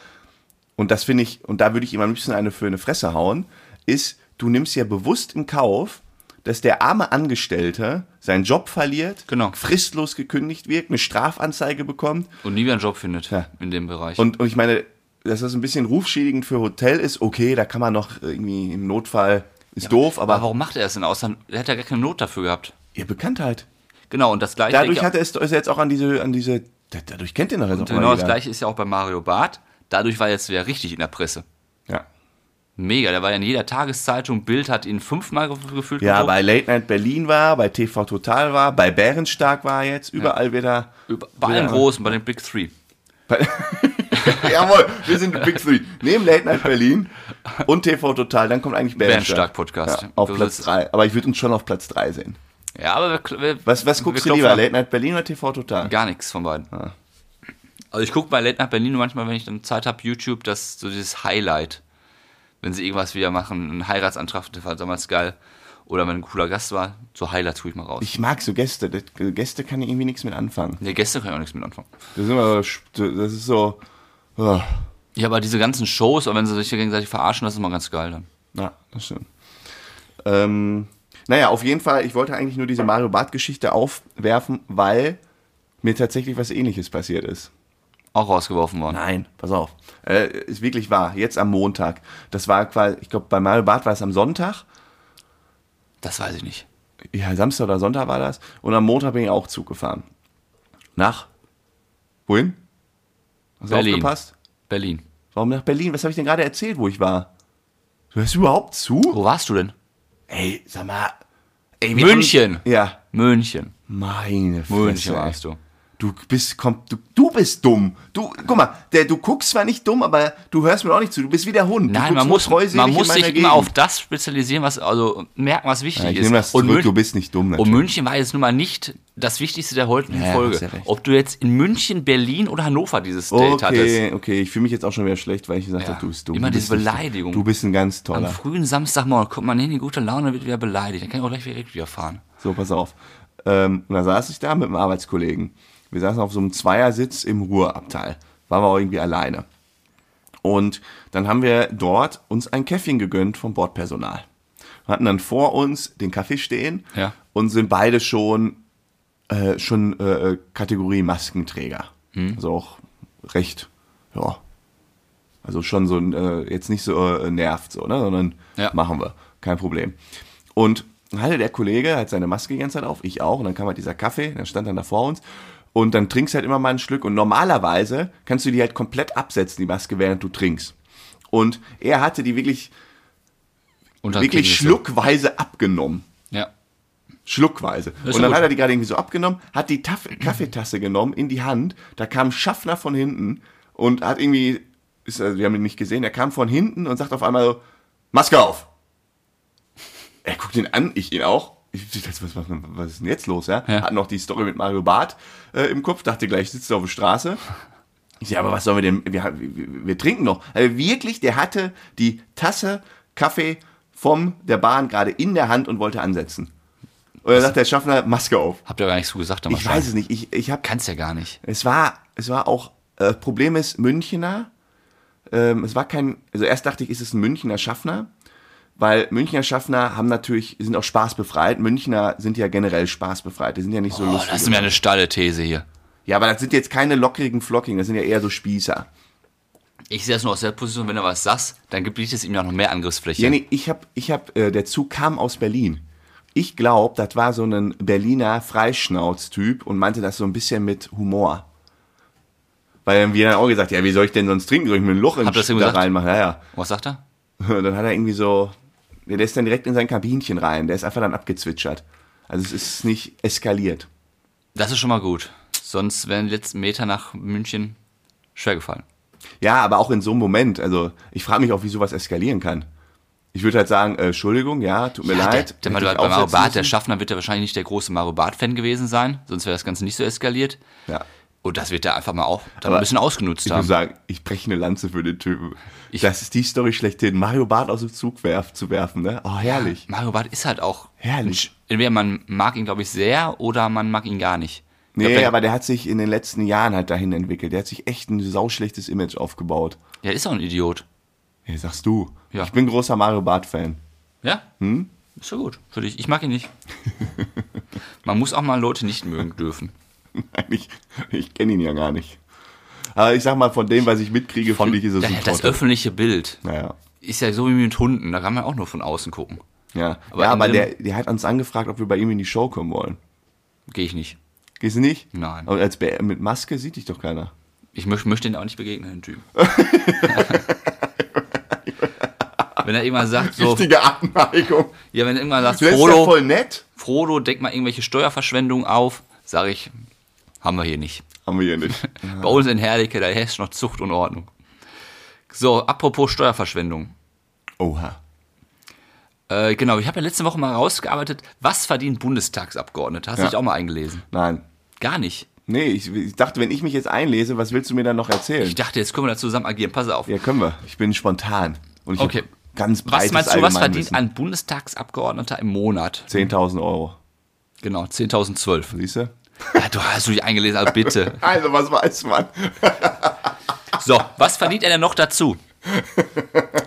[SPEAKER 1] und das finde ich, und da würde ich ihm am liebsten eine für eine Fresse hauen, ist, du nimmst ja bewusst in Kauf, dass der arme Angestellte seinen Job verliert,
[SPEAKER 2] Genau.
[SPEAKER 1] fristlos gekündigt wird, eine Strafanzeige bekommt,
[SPEAKER 2] Und nie wieder einen Job findet
[SPEAKER 1] Ja.
[SPEAKER 2] in dem Bereich.
[SPEAKER 1] und, und ich meine, dass das ein bisschen rufschädigend für Hotel ist, okay, da kann man noch irgendwie im Notfall, ist doof,
[SPEAKER 2] aber
[SPEAKER 1] aber
[SPEAKER 2] warum macht er es denn Ausland? Er hat ja gar keine Not dafür gehabt.
[SPEAKER 1] ihr Bekanntheit.
[SPEAKER 2] Genau, und das gleiche,
[SPEAKER 1] Dadurch
[SPEAKER 2] denke ich,
[SPEAKER 1] hat er es ist er jetzt auch an diese, an diese, da- dadurch kennt ihr noch also jetzt auch
[SPEAKER 2] genau
[SPEAKER 1] mal
[SPEAKER 2] das
[SPEAKER 1] jeder.
[SPEAKER 2] gleiche ist ja auch bei Mario Barth. Dadurch war er jetzt wieder richtig in der Presse.
[SPEAKER 1] Ja.
[SPEAKER 2] Mega, der war ja in jeder Tageszeitung. Bild hat ihn fünfmal gef- gefühlt.
[SPEAKER 1] ja,
[SPEAKER 2] gedruckt.
[SPEAKER 1] bei Late Night Berlin war, bei TV Total war, bei Bärenstark war er jetzt, überall wieder.
[SPEAKER 2] Über- bei allen
[SPEAKER 1] Ja.
[SPEAKER 2] Großen, bei den Big Three.
[SPEAKER 1] Bei- Jawohl, wir sind Big Three. Neben Late Night Berlin und TV Total, dann kommt eigentlich Bärenstark.
[SPEAKER 2] Bärenstark Podcast.
[SPEAKER 1] Ja, auf
[SPEAKER 2] Das
[SPEAKER 1] Platz
[SPEAKER 2] ist-
[SPEAKER 1] 3. Aber ich würde uns schon auf Platz 3 sehen.
[SPEAKER 2] Ja, aber wir, wir,
[SPEAKER 1] Was, was
[SPEAKER 2] wir
[SPEAKER 1] guckst du
[SPEAKER 2] klopfen
[SPEAKER 1] lieber, Ah.
[SPEAKER 2] an.
[SPEAKER 1] Late Night Berlin oder TV Total?
[SPEAKER 2] Gar nichts von beiden. Also ich gucke bei Late Night Berlin manchmal, wenn ich dann Zeit habe, YouTube, das so dieses Highlight. Wenn sie irgendwas wieder machen, einen Heiratsantrag, der war damals geil. Oder wenn ein cooler Gast war, so Highlights tue ich mal raus.
[SPEAKER 1] Ich mag so Gäste. Das- Gäste kann ich irgendwie nichts mit anfangen.
[SPEAKER 2] ne, gestern kann ich auch nichts mit anfangen.
[SPEAKER 1] Das ist, immer, so- das ist so. ah,
[SPEAKER 2] Ja, aber diese ganzen Shows, aber wenn sie sich gegenseitig verarschen, das ist immer ganz geil dann.
[SPEAKER 1] Na, das stimmt. Ähm, naja, auf jeden Fall, ich wollte eigentlich nur diese Mario Barth-Geschichte aufwerfen, weil mir tatsächlich was ähnliches passiert ist.
[SPEAKER 2] Auch rausgeworfen worden.
[SPEAKER 1] Nein, pass auf. Äh, ist wirklich wahr. Jetzt am Montag. Das war quasi, ich glaube, bei Mario Barth war es am Sonntag.
[SPEAKER 2] Das weiß ich nicht.
[SPEAKER 1] Ja, Samstag oder Sonntag war das. Und am Montag bin ich auch Zug gefahren. Nach? Wohin? Hast du
[SPEAKER 2] Berlin.
[SPEAKER 1] aufgepasst?
[SPEAKER 2] Berlin.
[SPEAKER 1] Warum nach Berlin? Was habe ich denn gerade erzählt, wo ich war? Du hörst überhaupt zu?
[SPEAKER 2] Wo warst du denn?
[SPEAKER 1] Ey, sag mal. Ey, wir
[SPEAKER 2] München.
[SPEAKER 1] Haben, ja.
[SPEAKER 2] München.
[SPEAKER 1] Meine Fresse.
[SPEAKER 2] München
[SPEAKER 1] ey.
[SPEAKER 2] warst du.
[SPEAKER 1] Du bist, komm, du, du bist dumm. Du, guck mal, der, du guckst zwar nicht dumm, aber du hörst mir auch nicht zu. Du bist wie der Hund. Du
[SPEAKER 2] Nein,
[SPEAKER 1] guckst
[SPEAKER 2] man
[SPEAKER 1] nur
[SPEAKER 2] muss,
[SPEAKER 1] treuselig
[SPEAKER 2] man
[SPEAKER 1] in
[SPEAKER 2] muss
[SPEAKER 1] meiner
[SPEAKER 2] sich
[SPEAKER 1] Gegend.
[SPEAKER 2] immer auf das spezialisieren, was, also merken, was wichtig
[SPEAKER 1] Ja, ich
[SPEAKER 2] ist.
[SPEAKER 1] nehme das
[SPEAKER 2] Und
[SPEAKER 1] zurück,
[SPEAKER 2] Münch-
[SPEAKER 1] du bist nicht dumm.
[SPEAKER 2] Und
[SPEAKER 1] Natürlich.
[SPEAKER 2] München war jetzt nun mal nicht das Wichtigste der heutigen
[SPEAKER 1] Ja,
[SPEAKER 2] Folge.
[SPEAKER 1] hast ja recht.
[SPEAKER 2] Ob du jetzt in München, Berlin oder Hannover dieses Date hattest.
[SPEAKER 1] Okay, okay, ich fühle mich jetzt auch schon wieder schlecht, weil ich gesagt habe, du bist dumm.
[SPEAKER 2] Immer
[SPEAKER 1] du
[SPEAKER 2] diese
[SPEAKER 1] bist nicht dumm.
[SPEAKER 2] Beleidigung.
[SPEAKER 1] Du bist ein ganz
[SPEAKER 2] Am
[SPEAKER 1] toller.
[SPEAKER 2] frühen Samstagmorgen kommt man hin, die gute Laune wird wieder beleidigt. Dann kann ich auch gleich wieder direkt wieder fahren.
[SPEAKER 1] So, pass auf. Ähm, und da saß ich da mit einem Arbeitskollegen. Wir saßen auf so einem Zweiersitz im Ruhrabteil. Waren wir auch irgendwie alleine. Und dann haben wir dort uns ein Käffchen gegönnt vom Bordpersonal. Wir hatten dann vor uns den Kaffee stehen
[SPEAKER 2] Ja.
[SPEAKER 1] und sind beide schon, äh, schon äh, Kategorie Maskenträger. Also auch recht, ja. Also schon so ein, äh, jetzt nicht so äh, nervt so, ne? sondern
[SPEAKER 2] Ja.
[SPEAKER 1] machen wir, kein Problem. Und dann hatte der Kollege halt seine Maske die ganze Zeit auf, ich auch, und dann kam halt dieser Kaffee, der stand dann da vor uns. Und dann trinkst du halt immer mal ein Stück. Und normalerweise kannst du die halt komplett absetzen, die Maske, während du trinkst. Und er hatte die wirklich,
[SPEAKER 2] Und dann
[SPEAKER 1] wirklich
[SPEAKER 2] kriegen wir
[SPEAKER 1] schluckweise abgenommen.
[SPEAKER 2] es so. Ja.
[SPEAKER 1] Schluckweise.
[SPEAKER 2] ist
[SPEAKER 1] Und dann
[SPEAKER 2] gut.
[SPEAKER 1] hat er die gerade irgendwie so abgenommen, hat die Taf Kaffeetasse genommen in die Hand. Da kam ein Schaffner von hinten und hat irgendwie, ist, also wir haben ihn nicht gesehen, er kam von hinten und sagt auf einmal so, Maske auf. Er guckt ihn an, ich ihn auch. Ich dachte, was, was, was ist denn jetzt los? Ja?
[SPEAKER 2] Ja.
[SPEAKER 1] Hat noch die Story mit Mario Barth äh, im Kopf, dachte gleich, sitzt er auf der Straße. Ich sage, aber was sollen wir denn? Wir, wir, wir trinken noch. Also wirklich, der hatte die Tasse Kaffee vom der Bahn gerade in der Hand und wollte ansetzen. Und dann sagt der Schaffner, Maske auf.
[SPEAKER 2] Habt ihr gar nichts zugesagt, aber
[SPEAKER 1] Ich weiß es nicht. Ich, ich hab,
[SPEAKER 2] Kannst ja gar nicht.
[SPEAKER 1] es war, es war auch, äh, Problem ist Münchner. Ähm, es war kein, also erst dachte ich, ist es ein Münchner Schaffner? Weil Münchner Schaffner haben natürlich, sind auch spaßbefreit. Münchner sind ja generell spaßbefreit. Die sind ja nicht so
[SPEAKER 2] Oh,
[SPEAKER 1] lustig.
[SPEAKER 2] das ist mir eine steile These hier.
[SPEAKER 1] Ja, aber das sind jetzt keine lockrigen Flocking, das sind ja eher so Spießer.
[SPEAKER 2] Ich sehe das nur aus der Position, wenn er was sagst, dann gibt es ihm ja noch mehr Angriffsfläche.
[SPEAKER 1] Ja, nee, ich hab, ich hab, äh, der Zug kam aus Berlin. Ich glaube, das war so ein Berliner Freischnauz-Typ und meinte das so ein bisschen mit Humor. Weil dann wir dann auch gesagt, ja, wie soll ich denn sonst trinken? Soll ich mir ein Loch in
[SPEAKER 2] Habt ihr das ihm
[SPEAKER 1] da
[SPEAKER 2] gesagt?
[SPEAKER 1] reinmachen? Ja, ja.
[SPEAKER 2] Was sagt er?
[SPEAKER 1] Und dann hat er irgendwie so, ja, der ist dann direkt in sein Kabinchen rein. Der ist einfach dann abgezwitschert. Also es ist nicht eskaliert.
[SPEAKER 2] Das ist schon mal gut. Sonst wären die letzten Meter nach München schwer gefallen.
[SPEAKER 1] Ja, aber auch in so einem Moment. Also ich frage mich auch, wie sowas eskalieren kann. Ich würde halt sagen, äh, Entschuldigung, ja, tut mir
[SPEAKER 2] Ja,
[SPEAKER 1] leid.
[SPEAKER 2] Der, der,
[SPEAKER 1] Hätte
[SPEAKER 2] Mario-
[SPEAKER 1] ich
[SPEAKER 2] bei Mario
[SPEAKER 1] aufsetzen
[SPEAKER 2] Barth, der
[SPEAKER 1] müssen.
[SPEAKER 2] Schaffner, wird ja wahrscheinlich nicht der große Mario Barth-Fan gewesen sein, sonst wäre das Ganze nicht so eskaliert.
[SPEAKER 1] ja.
[SPEAKER 2] Und das wird er einfach mal auch dann
[SPEAKER 1] Aber
[SPEAKER 2] ein bisschen ausgenutzt
[SPEAKER 1] Ich muss
[SPEAKER 2] haben.
[SPEAKER 1] sagen, ich breche eine Lanze für den Typen. das ist die Story schlechthin. Mario Barth aus dem Zug werf, zu werfen, ne? Oh, herrlich.
[SPEAKER 2] Mario Barth ist halt auch.
[SPEAKER 1] Herrlich.
[SPEAKER 2] Entweder man mag ihn, glaube ich, sehr oder man mag ihn gar nicht. Ich
[SPEAKER 1] Nee,
[SPEAKER 2] glaub, der,
[SPEAKER 1] aber der hat sich in den letzten Jahren halt dahin entwickelt. Der hat sich echt ein sauschlechtes Image aufgebaut.
[SPEAKER 2] der ist auch ein Idiot.
[SPEAKER 1] Ja, sagst du.
[SPEAKER 2] Ja.
[SPEAKER 1] Ich bin großer Mario Barth-Fan.
[SPEAKER 2] Ja?
[SPEAKER 1] Hm?
[SPEAKER 2] Ist ja gut für dich. Ich mag ihn nicht. man muss auch mal Leute nicht mögen dürfen.
[SPEAKER 1] Nein, ich, ich kenne ihn ja gar nicht. Aber ich sag mal, von dem, was ich mitkriege, finde ich, ist es
[SPEAKER 2] das,
[SPEAKER 1] ein
[SPEAKER 2] das
[SPEAKER 1] Trottel.
[SPEAKER 2] öffentliche Bild
[SPEAKER 1] Naja.
[SPEAKER 2] ist ja so wie mit Hunden. Da kann man auch nur von außen gucken.
[SPEAKER 1] Ja,
[SPEAKER 2] Aber
[SPEAKER 1] aber, ja,
[SPEAKER 2] in
[SPEAKER 1] aber
[SPEAKER 2] dem-
[SPEAKER 1] der, der hat uns angefragt, ob wir bei ihm in die Show kommen wollen.
[SPEAKER 2] Gehe ich nicht.
[SPEAKER 1] Gehst du nicht?
[SPEAKER 2] Nein.
[SPEAKER 1] Aber als Bär mit Maske sieht dich doch keiner.
[SPEAKER 2] Ich möch, möchte ihn auch nicht begegnen, den Typen. wenn er irgendwann sagt, so,
[SPEAKER 1] Richtige Abneigung.
[SPEAKER 2] ja, wenn er irgendwann sagt,
[SPEAKER 1] Das ist ja
[SPEAKER 2] Frodo,
[SPEAKER 1] voll nett.
[SPEAKER 2] Frodo, deck mal irgendwelche Steuerverschwendungen auf, sage ich, haben wir hier nicht.
[SPEAKER 1] Haben wir hier nicht.
[SPEAKER 2] Bei uns in Herdecke, da herrscht noch Zucht und Ordnung. So, apropos Steuerverschwendung.
[SPEAKER 1] Oha.
[SPEAKER 2] Äh, genau, ich habe ja letzte Woche mal rausgearbeitet, was verdient Bundestagsabgeordnete? Hast du
[SPEAKER 1] Ja.
[SPEAKER 2] dich auch mal eingelesen?
[SPEAKER 1] Nein.
[SPEAKER 2] Gar nicht.
[SPEAKER 1] Nee, ich, ich dachte, wenn ich mich jetzt einlese, was willst du mir dann noch erzählen?
[SPEAKER 2] Ich dachte, jetzt können wir da zusammen agieren. Pass auf.
[SPEAKER 1] ja, können wir. Ich bin spontan. Und ich
[SPEAKER 2] Okay.
[SPEAKER 1] hab ganz breites
[SPEAKER 2] was meinst du, was verdient
[SPEAKER 1] an?
[SPEAKER 2] ein Bundestagsabgeordneter im Monat?
[SPEAKER 1] 10.000 Euro.
[SPEAKER 2] Genau, 10.012.
[SPEAKER 1] Siehst du?
[SPEAKER 2] Ja, du hast du dich eingelesen, also bitte.
[SPEAKER 1] Also, was weiß man?
[SPEAKER 2] So, was verdient er denn noch dazu?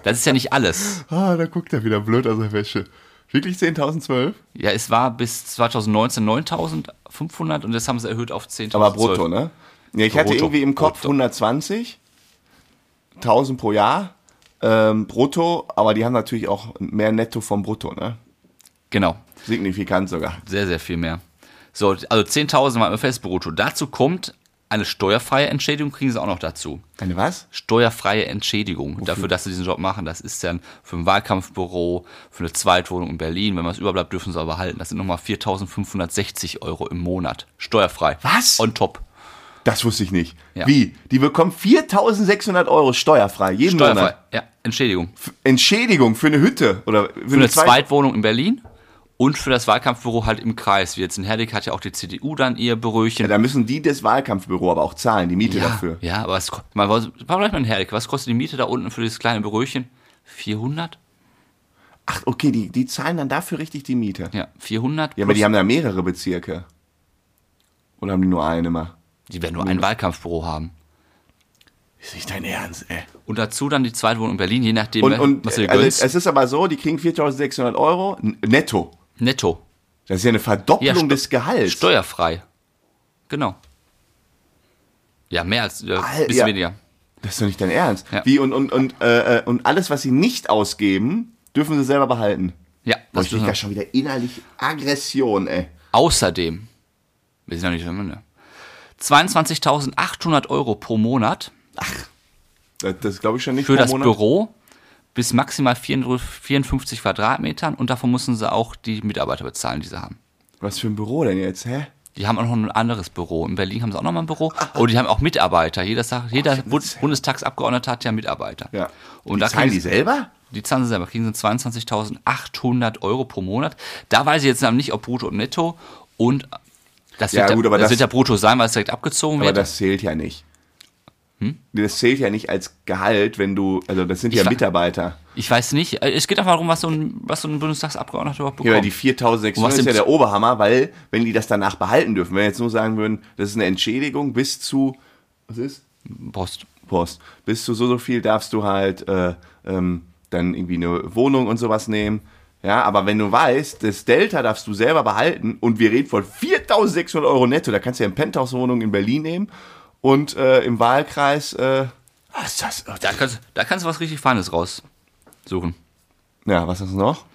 [SPEAKER 2] Das ist ja nicht alles.
[SPEAKER 1] Ah, da guckt er wieder blöd aus der Wäsche. Wirklich 10.012?
[SPEAKER 2] Ja, es war bis 2019 9.500 und das haben sie erhöht auf 10.000.
[SPEAKER 1] Aber brutto, ne? Ja, ich hatte
[SPEAKER 2] Brutto,
[SPEAKER 1] irgendwie im Kopf
[SPEAKER 2] brutto.
[SPEAKER 1] 120, 1.000 pro Jahr, ähm, brutto, aber die haben natürlich auch mehr netto vom brutto, ne?
[SPEAKER 2] Genau,
[SPEAKER 1] Signifikant sogar.
[SPEAKER 2] sehr, sehr viel mehr. So, also 10.000 mal fest brutto. Dazu kommt eine steuerfreie Entschädigung, kriegen sie auch noch dazu.
[SPEAKER 1] Eine was?
[SPEAKER 2] Steuerfreie Entschädigung dafür, dass sie diesen Job machen. Das ist dann für ein Wahlkampfbüro, für eine Zweitwohnung in Berlin. Wenn was überbleibt, dürfen sie aber halten. Das sind nochmal 4.560 Euro im Monat. Steuerfrei.
[SPEAKER 1] Was?
[SPEAKER 2] On top.
[SPEAKER 1] Das wusste ich nicht.
[SPEAKER 2] Ja.
[SPEAKER 1] Wie? Die bekommen 4.600 Euro steuerfrei jeden
[SPEAKER 2] Steuerfrei.
[SPEAKER 1] Monat.
[SPEAKER 2] Ja, Entschädigung. Für
[SPEAKER 1] F- Entschädigung für eine Hütte oder für,
[SPEAKER 2] eine
[SPEAKER 1] Zweit-
[SPEAKER 2] Zweitwohnung in Berlin und für das Wahlkampfbüro halt im Kreis. Wie jetzt in Herdig hat ja auch die CDU dann ihr Büröchen.
[SPEAKER 1] Ja, da müssen die das Wahlkampfbüro aber auch zahlen, die Miete
[SPEAKER 2] Ja,
[SPEAKER 1] dafür.
[SPEAKER 2] ja, aber es, ko- mal, was, mal in Herdig. Was kostet die Miete da unten für dieses kleine Büröchen? 400?
[SPEAKER 1] Ach, okay, die, die zahlen dann dafür richtig die Miete.
[SPEAKER 2] Ja, 400.
[SPEAKER 1] Ja, aber die
[SPEAKER 2] plus-
[SPEAKER 1] haben da mehrere Bezirke. Oder haben die nur eine mal?
[SPEAKER 2] die werden nur ein Wahlkampfbüro haben.
[SPEAKER 1] Ist nicht dein Ernst, ey.
[SPEAKER 2] Und dazu dann die Zweitwohnung in Berlin, je nachdem,
[SPEAKER 1] Und,
[SPEAKER 2] ne,
[SPEAKER 1] und
[SPEAKER 2] was du dir
[SPEAKER 1] also,
[SPEAKER 2] gönnst.
[SPEAKER 1] es ist aber so, die kriegen 4.600 Euro n- netto.
[SPEAKER 2] Netto.
[SPEAKER 1] Das ist ja eine Verdopplung
[SPEAKER 2] Ja, Steu-
[SPEAKER 1] des Gehalts.
[SPEAKER 2] Steuerfrei. Genau. Ja, mehr als, äh,
[SPEAKER 1] Al-
[SPEAKER 2] bisschen
[SPEAKER 1] ja.
[SPEAKER 2] weniger.
[SPEAKER 1] Das ist doch nicht dein Ernst.
[SPEAKER 2] Ja.
[SPEAKER 1] Wie und, und, und, äh, äh, und alles, was sie nicht ausgeben, dürfen sie selber behalten.
[SPEAKER 2] Ja,
[SPEAKER 1] Boah, Also
[SPEAKER 2] das
[SPEAKER 1] ich krieg
[SPEAKER 2] dürfen
[SPEAKER 1] da schon wieder innerlich Aggression, ey.
[SPEAKER 2] Außerdem, wir sind noch nicht am Ende, 22.800 Euro pro Monat
[SPEAKER 1] Das, das glaube ich schon nicht
[SPEAKER 2] für
[SPEAKER 1] pro
[SPEAKER 2] das Büro bis maximal 54 Quadratmetern und davon müssen sie auch die Mitarbeiter bezahlen, die sie haben.
[SPEAKER 1] Was für ein Büro denn jetzt, hä?
[SPEAKER 2] Die haben auch noch ein anderes Büro. In Berlin haben sie auch noch mal ein Büro. Und die haben auch Mitarbeiter. Jeder, Sach- jeder Bund- Bundestagsabgeordnete hat ja Mitarbeiter.
[SPEAKER 1] Ja.
[SPEAKER 2] Und
[SPEAKER 1] die
[SPEAKER 2] da
[SPEAKER 1] zahlen
[SPEAKER 2] kriegen
[SPEAKER 1] die
[SPEAKER 2] sie-
[SPEAKER 1] selber?
[SPEAKER 2] Die zahlen sie selber, kriegen sie 22.800 Euro pro Monat. Da weiß ich jetzt noch nicht, ob brutto und netto. Und das,
[SPEAKER 1] Ja,
[SPEAKER 2] wird,
[SPEAKER 1] gut,
[SPEAKER 2] ja,
[SPEAKER 1] aber
[SPEAKER 2] das,
[SPEAKER 1] das-
[SPEAKER 2] wird ja brutto sein, weil es direkt abgezogen
[SPEAKER 1] Aber
[SPEAKER 2] wird.
[SPEAKER 1] das zählt ja nicht. Das zählt ja nicht als Gehalt, wenn du, also das sind ja
[SPEAKER 2] wa-
[SPEAKER 1] Mitarbeiter.
[SPEAKER 2] ich weiß nicht. Es geht einfach darum, was so ein, was so ein Bundestagsabgeordneter überhaupt
[SPEAKER 1] Ja,
[SPEAKER 2] bekommt.
[SPEAKER 1] aber die 4600
[SPEAKER 2] Was
[SPEAKER 1] ist ja
[SPEAKER 2] im-
[SPEAKER 1] der Oberhammer, weil, wenn die das danach behalten dürfen, wenn wir jetzt nur sagen würden, das ist eine Entschädigung bis zu, was ist?
[SPEAKER 2] Post.
[SPEAKER 1] Post. Bis zu so, so viel darfst du halt äh, ähm, dann irgendwie eine Wohnung und sowas nehmen. Ja, aber wenn du weißt, das Delta darfst du selber behalten und wir reden von 4.600 Euro netto, da kannst du ja eine Penthouse-Wohnung in Berlin nehmen und äh, im Wahlkreis. Äh, was ist das? Oh,
[SPEAKER 2] Da kannst, da kannst du was richtig Feines raussuchen.
[SPEAKER 1] Ja, was ist noch?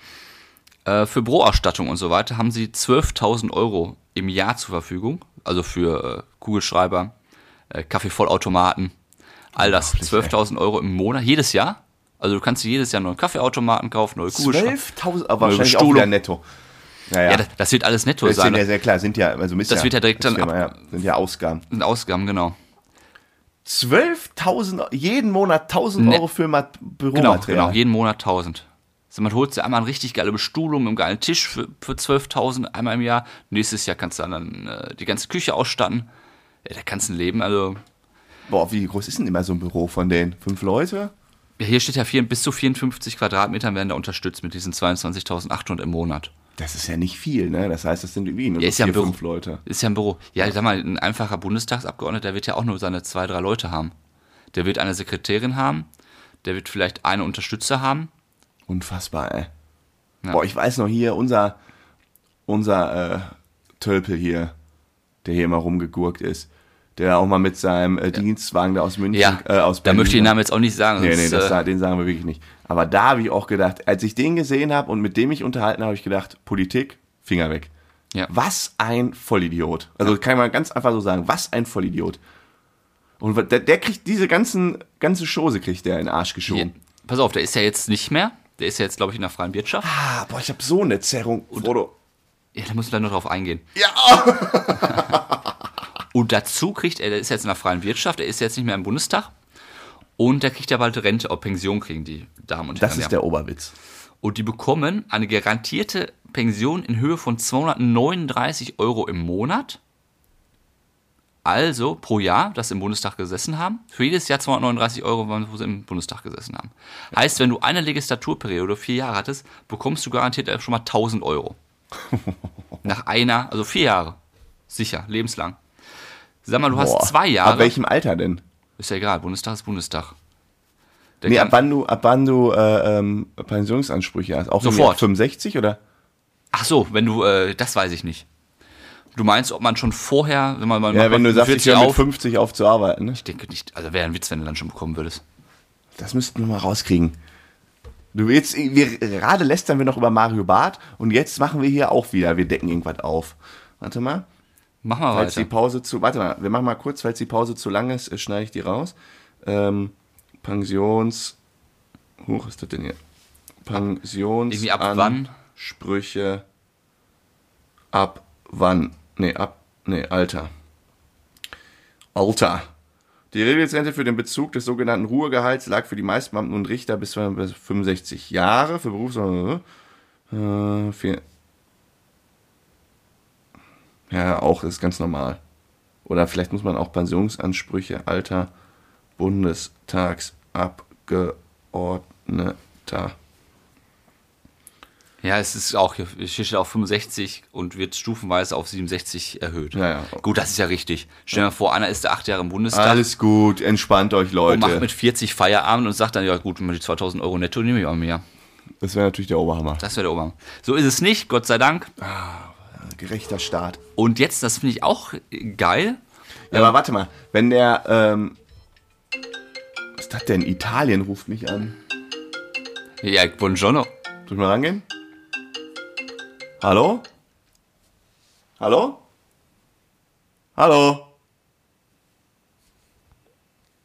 [SPEAKER 2] Äh, für Broausstattung und so weiter haben sie 12.000 Euro im Jahr zur Verfügung. Also für äh, Kugelschreiber, äh, Kaffeevollautomaten, all das. 12.000 Euro im Monat, jedes Jahr. Also du kannst dir jedes Jahr neuen Kaffeeautomaten kaufen, neue Kugelschreiber.
[SPEAKER 1] 12.000, aber
[SPEAKER 2] Nur
[SPEAKER 1] wahrscheinlich auch
[SPEAKER 2] Bestuhlung.
[SPEAKER 1] wieder netto. Naja,
[SPEAKER 2] Ja, das, das wird alles netto
[SPEAKER 1] das sind ja
[SPEAKER 2] sein.
[SPEAKER 1] sehr klar, sind ja, also ist
[SPEAKER 2] Das
[SPEAKER 1] ja,
[SPEAKER 2] wird ja direkt
[SPEAKER 1] ist
[SPEAKER 2] dann
[SPEAKER 1] ja, ja, sind ja Ausgaben.
[SPEAKER 2] Das sind Ausgaben, genau.
[SPEAKER 1] 12.000, jeden Monat 1.000
[SPEAKER 2] Ne-
[SPEAKER 1] Euro für Mat
[SPEAKER 2] Genau,
[SPEAKER 1] Büromaterial.
[SPEAKER 2] genau, jeden Monat 1000. Also man holt dir einmal eine richtig geile Bestuhlung, einen geilen Tisch für, für 12.000 einmal im Jahr. Nächstes Jahr kannst du dann äh, die ganze Küche ausstatten. Ja, da kannst du ein Leben, also
[SPEAKER 1] Boah, wie groß ist denn immer so ein Büro von denen? Fünf Leute?
[SPEAKER 2] Ja, hier steht ja, vier, bis zu 54 Quadratmetern werden da unterstützt mit diesen 22.800 im Monat.
[SPEAKER 1] Das ist ja nicht viel, ne? Das heißt, das sind irgendwie nur
[SPEAKER 2] Ja,
[SPEAKER 1] so
[SPEAKER 2] ist ja ein
[SPEAKER 1] vier,
[SPEAKER 2] Büro.
[SPEAKER 1] fünf Leute.
[SPEAKER 2] Ist ja ein Büro. Ja, ich sag mal, ein einfacher Bundestagsabgeordneter, der wird ja auch nur seine zwei, drei Leute haben. Der wird eine Sekretärin haben, der wird vielleicht eine Unterstützer haben.
[SPEAKER 1] Unfassbar, ey. Boah, ich weiß noch hier, unser, unser äh, Tölpel hier, der hier immer rumgegurkt ist, der auch mal mit seinem äh, Dienstwagen da aus München,
[SPEAKER 2] Ja,
[SPEAKER 1] äh, aus
[SPEAKER 2] da
[SPEAKER 1] Berlin-
[SPEAKER 2] möchte ich den Namen jetzt auch nicht sagen.
[SPEAKER 1] Nee, nee, das,
[SPEAKER 2] sonst, äh,
[SPEAKER 1] den sagen wir wirklich nicht. Aber da habe ich auch gedacht, als ich den gesehen habe und mit dem ich unterhalten habe, habe ich gedacht, Politik, Finger weg.
[SPEAKER 2] Ja.
[SPEAKER 1] Was ein Vollidiot. Also kann man ganz einfach so sagen, was ein Vollidiot. Und der, der kriegt diese ganzen, ganze Chose kriegt der in den Arsch
[SPEAKER 2] ja,
[SPEAKER 1] geschoben.
[SPEAKER 2] pass auf, der ist ja jetzt nicht mehr. Der ist ja jetzt, glaube ich, in der freien Wirtschaft.
[SPEAKER 1] Ah, boah, ich habe so eine Zerrung, Frodo.
[SPEAKER 2] Ja, da muss man dann noch drauf eingehen. Ja! und dazu kriegt er, der ist jetzt in der freien Wirtschaft, er ist jetzt nicht mehr im Bundestag. Und der kriegt ja bald Rente, auch Pension kriegen die Damen und
[SPEAKER 1] Das
[SPEAKER 2] Herren.
[SPEAKER 1] ist
[SPEAKER 2] ja.
[SPEAKER 1] der Oberwitz.
[SPEAKER 2] Und die bekommen eine garantierte Pension in Höhe von 239 Euro im Monat. Also pro Jahr, das sie im Bundestag gesessen haben. Für jedes Jahr 239 Euro, wo sie im Bundestag gesessen haben. Heißt, wenn du eine Legislaturperiode, vier Jahre hattest, bekommst du garantiert schon mal 1000 Euro. Nach einer, also vier Jahre. Sicher, lebenslang. Sag mal, du
[SPEAKER 1] Boah.
[SPEAKER 2] hast zwei
[SPEAKER 1] Ab
[SPEAKER 2] Jahre.
[SPEAKER 1] welchem Alter denn?
[SPEAKER 2] Ist ja egal, Bundestag ist Bundestag. Der
[SPEAKER 1] Nee,
[SPEAKER 2] kann-
[SPEAKER 1] ab wann du, ab wann du äh, ähm, Pensionsansprüche hast? Auch irgendwie
[SPEAKER 2] Sofort.
[SPEAKER 1] ab 65 oder?
[SPEAKER 2] Ach so, wenn du, äh, das weiß ich nicht. Du meinst, ob man schon vorher, wenn man mal
[SPEAKER 1] Ja, wenn du sagst, ich höre mit
[SPEAKER 2] auf,
[SPEAKER 1] 50 auf zu arbeiten. Ne?
[SPEAKER 2] ich denke nicht, also wäre ein Witz, wenn du dann schon bekommen würdest.
[SPEAKER 1] Das müssten wir mal rauskriegen. Du jetzt, wir, gerade lästern wir noch über Mario Barth und jetzt machen wir hier auch wieder, wir decken irgendwas auf. Warte mal,
[SPEAKER 2] Mach mal
[SPEAKER 1] falls
[SPEAKER 2] weiter.
[SPEAKER 1] die Pause zu, warte mal, wir machen mal kurz, falls die Pause zu lang ist, äh, schneide ich die raus. Ähm, Pensions, hoch ist das denn hier? Pensions.
[SPEAKER 2] Irgendwie ab wann?
[SPEAKER 1] Ansprüche ab wann? Nee, ab, nee, Alter. Alter. Die Regelzente für den Bezug des sogenannten Ruhegehalts lag für die meisten Beamten und Richter bis 65 Jahre, für Berufs... Äh, vier- ja, auch ist ganz normal. Oder vielleicht muss man auch Pensionsansprüche alter Bundestagsabgeordneter.
[SPEAKER 2] Ja, es ist auch, hier steht auch 65 und wird stufenweise auf 67 erhöht.
[SPEAKER 1] Ja, ja.
[SPEAKER 2] Gut, das ist ja richtig. Stell dir mal vor, Anna ist da acht Jahre im Bundestag
[SPEAKER 1] Alles gut, entspannt euch,
[SPEAKER 2] und macht
[SPEAKER 1] Leute.
[SPEAKER 2] mit 40 Feierabend und sagt dann, ja gut, die 2000 Euro netto nehme ich auch mir.
[SPEAKER 1] Das wäre natürlich der Oberhammer.
[SPEAKER 2] Das wäre der Obermann. So ist es nicht, Gott sei Dank.
[SPEAKER 1] Gerechter Staat.
[SPEAKER 2] Und jetzt, das finde ich auch geil.
[SPEAKER 1] Ja, aber warte mal, wenn der, ähm, was ist das denn? Italien ruft mich an.
[SPEAKER 2] Ja, buongiorno.
[SPEAKER 1] Soll ich mal rangehen? Hallo? Hallo? Hallo?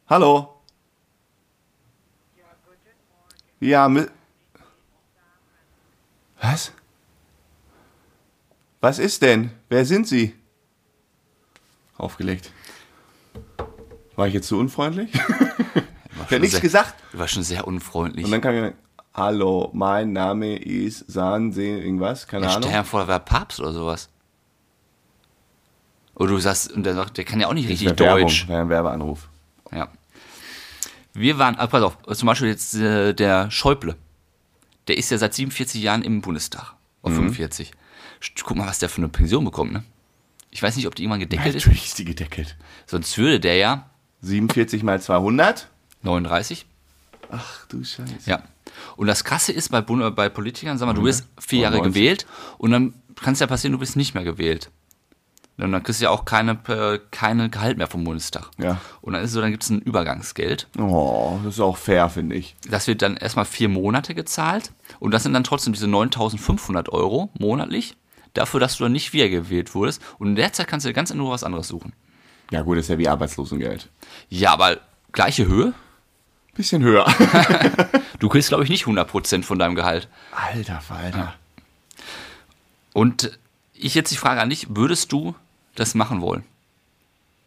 [SPEAKER 1] Hallo? Ja, mit. Was? Was ist denn? Wer sind Sie? Aufgelegt. War ich jetzt zu unfreundlich? ich
[SPEAKER 2] War
[SPEAKER 1] habe
[SPEAKER 2] schon
[SPEAKER 1] nichts
[SPEAKER 2] sehr-
[SPEAKER 1] gesagt.
[SPEAKER 2] War schon sehr unfreundlich.
[SPEAKER 1] Und dann kam jemand, hallo, mein Name ist Sanse irgendwas, keine
[SPEAKER 2] Ja, Stell
[SPEAKER 1] Ahnung.
[SPEAKER 2] dir vor, er war Papst oder sowas. Oder du sagst, und der sagt, der kann ja auch nicht richtig
[SPEAKER 1] Das wär Werbung,
[SPEAKER 2] Deutsch.
[SPEAKER 1] wär ein Werbeanruf.
[SPEAKER 2] Ja. Wir waren, ah, pass auf, zum Beispiel jetzt äh, der Schäuble. Der ist ja seit 47 Jahren im Bundestag.
[SPEAKER 1] Mhm.
[SPEAKER 2] Auf 45. Sch- Guck mal, was der für eine Pension bekommt, ne? Ich weiß nicht, ob die irgendwann gedeckelt ist.
[SPEAKER 1] ist die gedeckelt.
[SPEAKER 2] Sonst würde der ja
[SPEAKER 1] 47 mal 200?
[SPEAKER 2] 39.
[SPEAKER 1] Ach du Scheiße.
[SPEAKER 2] Ja. Und das Krasse ist bei, Bund- bei Politikern, sag mal, du wirst vier Jahre
[SPEAKER 1] 90.
[SPEAKER 2] gewählt und dann kann es ja passieren, du bist nicht mehr gewählt. Und dann kriegst du ja auch keine, äh, keine Gehalt mehr vom Bundestag.
[SPEAKER 1] Ja.
[SPEAKER 2] Und dann ist es so, dann gibt es ein Übergangsgeld.
[SPEAKER 1] Oh, das ist auch fair, finde ich.
[SPEAKER 2] Das wird dann erstmal vier Monate gezahlt und das sind dann trotzdem diese 9500 Euro monatlich dafür, dass du dann nicht wiedergewählt wurdest. Und in der Zeit kannst du dir ganz in Ruhe was anderes suchen.
[SPEAKER 1] Ja gut, das ist ja wie Arbeitslosengeld.
[SPEAKER 2] Ja, aber gleiche Höhe?
[SPEAKER 1] Bisschen höher.
[SPEAKER 2] Du kriegst, glaube ich, nicht 100% von deinem Gehalt.
[SPEAKER 1] Alter Falter.
[SPEAKER 2] Und ich jetzt die Frage an dich, würdest du das machen wollen?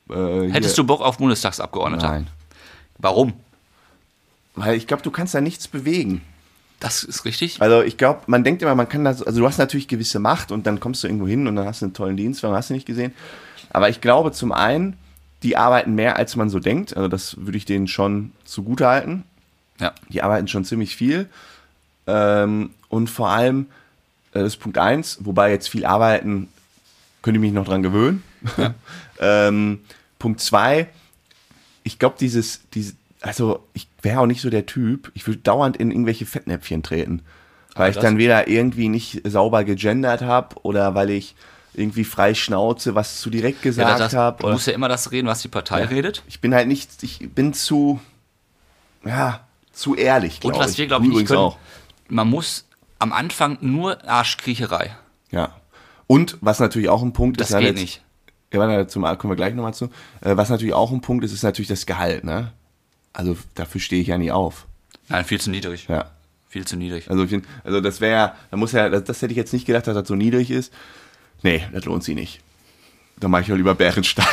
[SPEAKER 1] Äh,
[SPEAKER 2] Hättest du Bock auf Bundestagsabgeordneter?
[SPEAKER 1] Nein.
[SPEAKER 2] Warum?
[SPEAKER 1] Weil ich glaube, du kannst da nichts bewegen.
[SPEAKER 2] Das ist richtig.
[SPEAKER 1] Also ich glaube, man denkt immer, man kann das, also du hast natürlich gewisse Macht und dann kommst du irgendwo hin und dann hast du einen tollen Dienst, warum hast du nicht gesehen? Aber ich glaube zum einen, die arbeiten mehr, als man so denkt. Also das würde ich denen schon zugute halten.
[SPEAKER 2] Ja.
[SPEAKER 1] Die arbeiten schon ziemlich viel. Ähm, und vor allem, äh, das ist Punkt eins, wobei jetzt viel arbeiten, könnte ich mich noch dran gewöhnen. ähm, Punkt zwei, ich glaube, dieses, diese, also ich wäre auch nicht so der Typ, ich würde dauernd in irgendwelche Fettnäpfchen treten. Weil ich
[SPEAKER 2] Ah, das-
[SPEAKER 1] dann weder irgendwie nicht sauber gegendert habe oder weil ich irgendwie frei schnauze, was zu direkt
[SPEAKER 2] ja
[SPEAKER 1] gesagt
[SPEAKER 2] das,
[SPEAKER 1] habe.
[SPEAKER 2] du musst ja immer das reden, was die Partei redet.
[SPEAKER 1] Ich bin halt nicht, ich bin zu, ja, zu ehrlich,
[SPEAKER 2] Und
[SPEAKER 1] glaube ich.
[SPEAKER 2] was wir, glaube
[SPEAKER 1] Du
[SPEAKER 2] ich,
[SPEAKER 1] übrigens
[SPEAKER 2] nicht können,
[SPEAKER 1] auch.
[SPEAKER 2] man muss am Anfang nur Arschkriecherei.
[SPEAKER 1] Ja. Und was natürlich auch ein Punkt
[SPEAKER 2] Das
[SPEAKER 1] ist, dann
[SPEAKER 2] geht
[SPEAKER 1] jetzt-
[SPEAKER 2] nicht.
[SPEAKER 1] Ja, warte, zum kommen wir gleich nochmal zu. Äh, Was natürlich auch ein Punkt ist, ist natürlich das Gehalt, ne? Also dafür stehe ich ja nie auf.
[SPEAKER 2] Nein, viel zu niedrig.
[SPEAKER 1] Ja.
[SPEAKER 2] Viel zu niedrig.
[SPEAKER 1] Also, ich find- also das wäre ja, da muss ja, das, das hätte ich jetzt nicht gedacht, dass das so niedrig ist. Nee, das lohnt sich nicht. Da mache ich doch lieber bärenstark.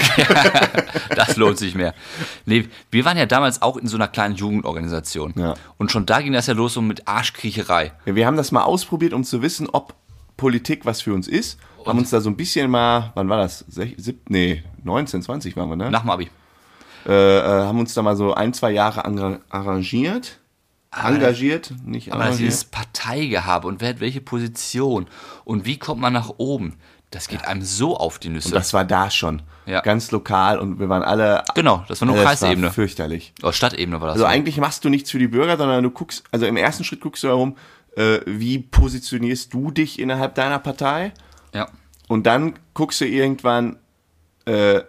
[SPEAKER 2] Das lohnt sich mehr. Nee, wir waren ja damals auch in so einer kleinen Jugendorganisation.
[SPEAKER 1] Ja.
[SPEAKER 2] Und schon da ging das ja los so mit Arschkriecherei.
[SPEAKER 1] Ja, wir haben das mal ausprobiert, um zu wissen, ob Politik was für uns ist. haben uns da so ein bisschen mal, wann war das? Sech, sieb, nee, 19, 20 waren wir, ne?
[SPEAKER 2] Nach dem Abi.
[SPEAKER 1] äh, äh, haben uns da mal so ein, zwei Jahre angra- arrangiert. Engagiert, nicht
[SPEAKER 2] Aber Ah, das ist
[SPEAKER 1] arrangiert.
[SPEAKER 2] dieses Parteigehabe und wer hat welche Position und wie kommt man nach oben? Das geht einem so auf die Nüsse.
[SPEAKER 1] das war da schon.
[SPEAKER 2] Ja.
[SPEAKER 1] Ganz lokal und wir waren alle.
[SPEAKER 2] genau, das war nur
[SPEAKER 1] Alles war
[SPEAKER 2] Kreisebene.
[SPEAKER 1] Fürchterlich.
[SPEAKER 2] Oder Stadtebene war das.
[SPEAKER 1] Also
[SPEAKER 2] ne? ja.
[SPEAKER 1] eigentlich machst du nichts für die Bürger, sondern du guckst, also im ersten Schritt guckst du herum, äh, wie positionierst du dich innerhalb deiner Partei?
[SPEAKER 2] ja.
[SPEAKER 1] Und dann guckst du irgendwann, äh,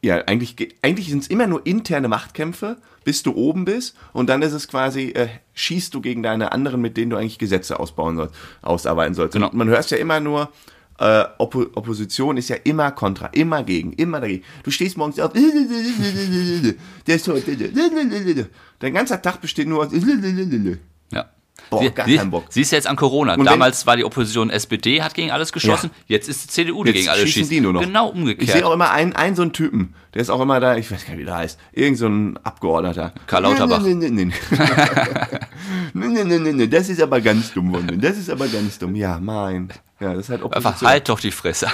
[SPEAKER 1] ja, eigentlich, ge- eigentlich sind es immer nur interne Machtkämpfe, bis du oben bist. Und dann ist es quasi, äh, schießt du gegen deine anderen, mit denen du eigentlich Gesetze ausbauen sollst, ausarbeiten sollst.
[SPEAKER 2] Genau.
[SPEAKER 1] Und man hört ja immer nur, äh, Oppo Opposition ist ja immer kontra, immer gegen, immer dagegen. Du stehst morgens auf, der ist tot. Dein ganzer Tag besteht nur aus.
[SPEAKER 2] Ja.
[SPEAKER 1] Boah,
[SPEAKER 2] sie,
[SPEAKER 1] gar
[SPEAKER 2] sie,
[SPEAKER 1] keinen Bock.
[SPEAKER 2] sie ist jetzt an Corona.
[SPEAKER 1] wenn-
[SPEAKER 2] Damals war die Opposition SPD, hat gegen alles geschossen.
[SPEAKER 1] Ja.
[SPEAKER 2] Jetzt ist die CDU, die
[SPEAKER 1] Jetzt
[SPEAKER 2] gegen alles
[SPEAKER 1] schießen
[SPEAKER 2] schießt.
[SPEAKER 1] die nur noch.
[SPEAKER 2] Genau
[SPEAKER 1] Ich sehe
[SPEAKER 2] umgekehrt.
[SPEAKER 1] auch immer einen, einen so einen Typen, der ist auch immer da, ich weiß gar nicht, wie der heißt, irgend so ein Abgeordneter.
[SPEAKER 2] Karl Lauterbach.
[SPEAKER 1] Nein, nein, nein, nein. Nein, nein, nein, nein, nein, das ist aber ganz dumm, von mir. das ist aber ganz dumm. Ja, mein. Ja, das ist halt
[SPEAKER 2] Einfach
[SPEAKER 1] Opposition.
[SPEAKER 2] halt doch die Fresse.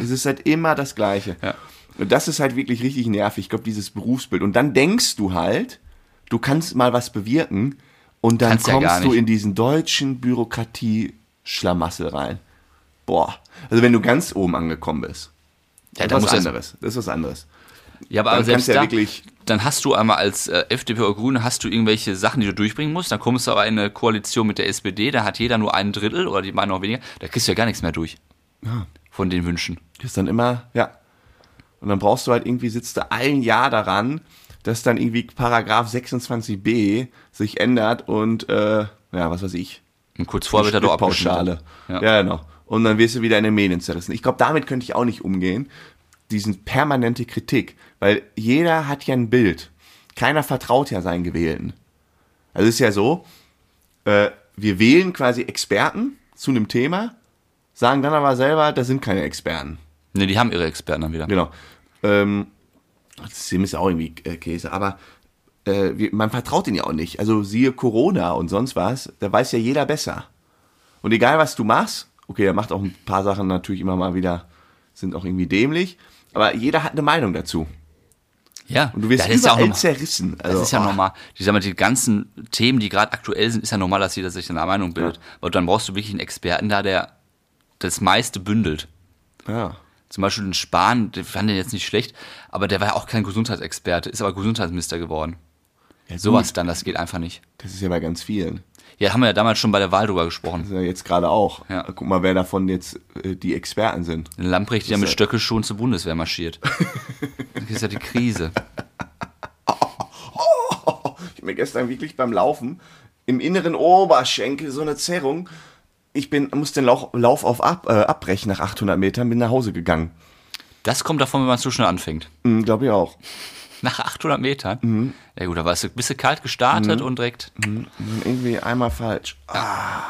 [SPEAKER 1] Es ist halt immer das Gleiche.
[SPEAKER 2] Ja.
[SPEAKER 1] Und das ist halt wirklich richtig nervig, ich glaube, dieses Berufsbild. Und dann denkst du halt, du kannst mal was bewirken und dann
[SPEAKER 2] Kannst ja
[SPEAKER 1] kommst
[SPEAKER 2] gar
[SPEAKER 1] du
[SPEAKER 2] nicht.
[SPEAKER 1] in diesen deutschen Bürokratie-Schlamassel rein. Boah. Also wenn du ganz oben angekommen bist.
[SPEAKER 2] Ja,
[SPEAKER 1] Das
[SPEAKER 2] da
[SPEAKER 1] ist
[SPEAKER 2] muss
[SPEAKER 1] was
[SPEAKER 2] das-
[SPEAKER 1] anderes. Das ist was anderes.
[SPEAKER 2] Ja, aber
[SPEAKER 1] Dann
[SPEAKER 2] selbst
[SPEAKER 1] kannst du ja
[SPEAKER 2] da,
[SPEAKER 1] wirklich-
[SPEAKER 2] dann hast du einmal als äh, FDP oder Grüne hast du irgendwelche Sachen, die du durchbringen musst. Dann kommst du aber in eine Koalition mit der SPD, da hat jeder nur ein Drittel oder die meinen noch weniger. Da kriegst du ja gar nichts mehr durch
[SPEAKER 1] Ah.
[SPEAKER 2] von den Wünschen.
[SPEAKER 1] Das ist dann immer, ja. Und dann brauchst du halt irgendwie, sitzt du ein Jahr daran, dass dann irgendwie Paragraph 26b sich ändert und, äh, ja, was weiß ich,
[SPEAKER 2] Und kurz vorher wird er doch
[SPEAKER 1] Pauschale.
[SPEAKER 2] abgeschnitten.
[SPEAKER 1] Ja.
[SPEAKER 2] Ja.
[SPEAKER 1] genau. Und dann wirst du wieder in den Medien zerrissen. Ich glaube, damit könnte ich auch nicht umgehen. Diesen permanente Kritik. Weil jeder hat ja ein Bild. Keiner vertraut ja seinen Gewählten. Also es ist ja so, äh, wir wählen quasi Experten zu einem Thema, sagen dann aber selber, das sind keine Experten.
[SPEAKER 2] Ne, die haben ihre Experten dann wieder.
[SPEAKER 1] Genau. Ähm, das ist auch irgendwie äh, Käse, aber äh, wir, man vertraut ihnen ja auch nicht. Also siehe Corona und sonst was, da weiß ja jeder besser. Und egal was du machst, okay, er macht auch ein paar Sachen natürlich immer mal wieder, sind auch irgendwie dämlich, aber jeder hat eine Meinung dazu.
[SPEAKER 2] Ja,
[SPEAKER 1] Und du wirst
[SPEAKER 2] das ist ja auch
[SPEAKER 1] überall
[SPEAKER 2] normal.
[SPEAKER 1] zerrissen. Also,
[SPEAKER 2] Das ist ja
[SPEAKER 1] oh,
[SPEAKER 2] normal. Ich sag mal, die ganzen Themen, die gerade aktuell sind, ist ja normal, dass jeder sich seine Meinung bildet. Aber dann brauchst du wirklich einen Experten da, der das meiste bündelt.
[SPEAKER 1] Ja.
[SPEAKER 2] Zum Beispiel den Spahn, der fand den jetzt nicht schlecht, aber der war ja auch kein Gesundheitsexperte, ist aber Gesundheitsminister geworden.
[SPEAKER 1] Ja,
[SPEAKER 2] Sowas
[SPEAKER 1] gut,
[SPEAKER 2] dann, das geht einfach nicht.
[SPEAKER 1] Das ist ja bei ganz vielen.
[SPEAKER 2] Ja, haben wir ja damals schon bei der Wahl drüber
[SPEAKER 1] Das
[SPEAKER 2] gesprochen.
[SPEAKER 1] ist ja jetzt gerade auch.
[SPEAKER 2] Ja.
[SPEAKER 1] Guck mal, wer davon jetzt äh, die Experten sind.
[SPEAKER 2] Den Lamprecht, der mit
[SPEAKER 1] ja-
[SPEAKER 2] Stöckelschuhen zur Bundeswehr marschiert. Das ist ja die Krise.
[SPEAKER 1] Ich habe mir gestern wirklich beim Laufen im inneren Oberschenkel so eine Zerrung. Ich bin, muss den Lauch, Lauf auf ab, äh, abbrechen nach 800 Metern, bin nach Hause gegangen.
[SPEAKER 2] Das kommt davon, wenn man zu schnell anfängt.
[SPEAKER 1] Mhm, Glaube ich auch.
[SPEAKER 2] Nach 800 Metern? Ja gut, da warst du, bist du kalt gestartet und direkt...
[SPEAKER 1] Mhm, Irgendwie einmal falsch. Ah,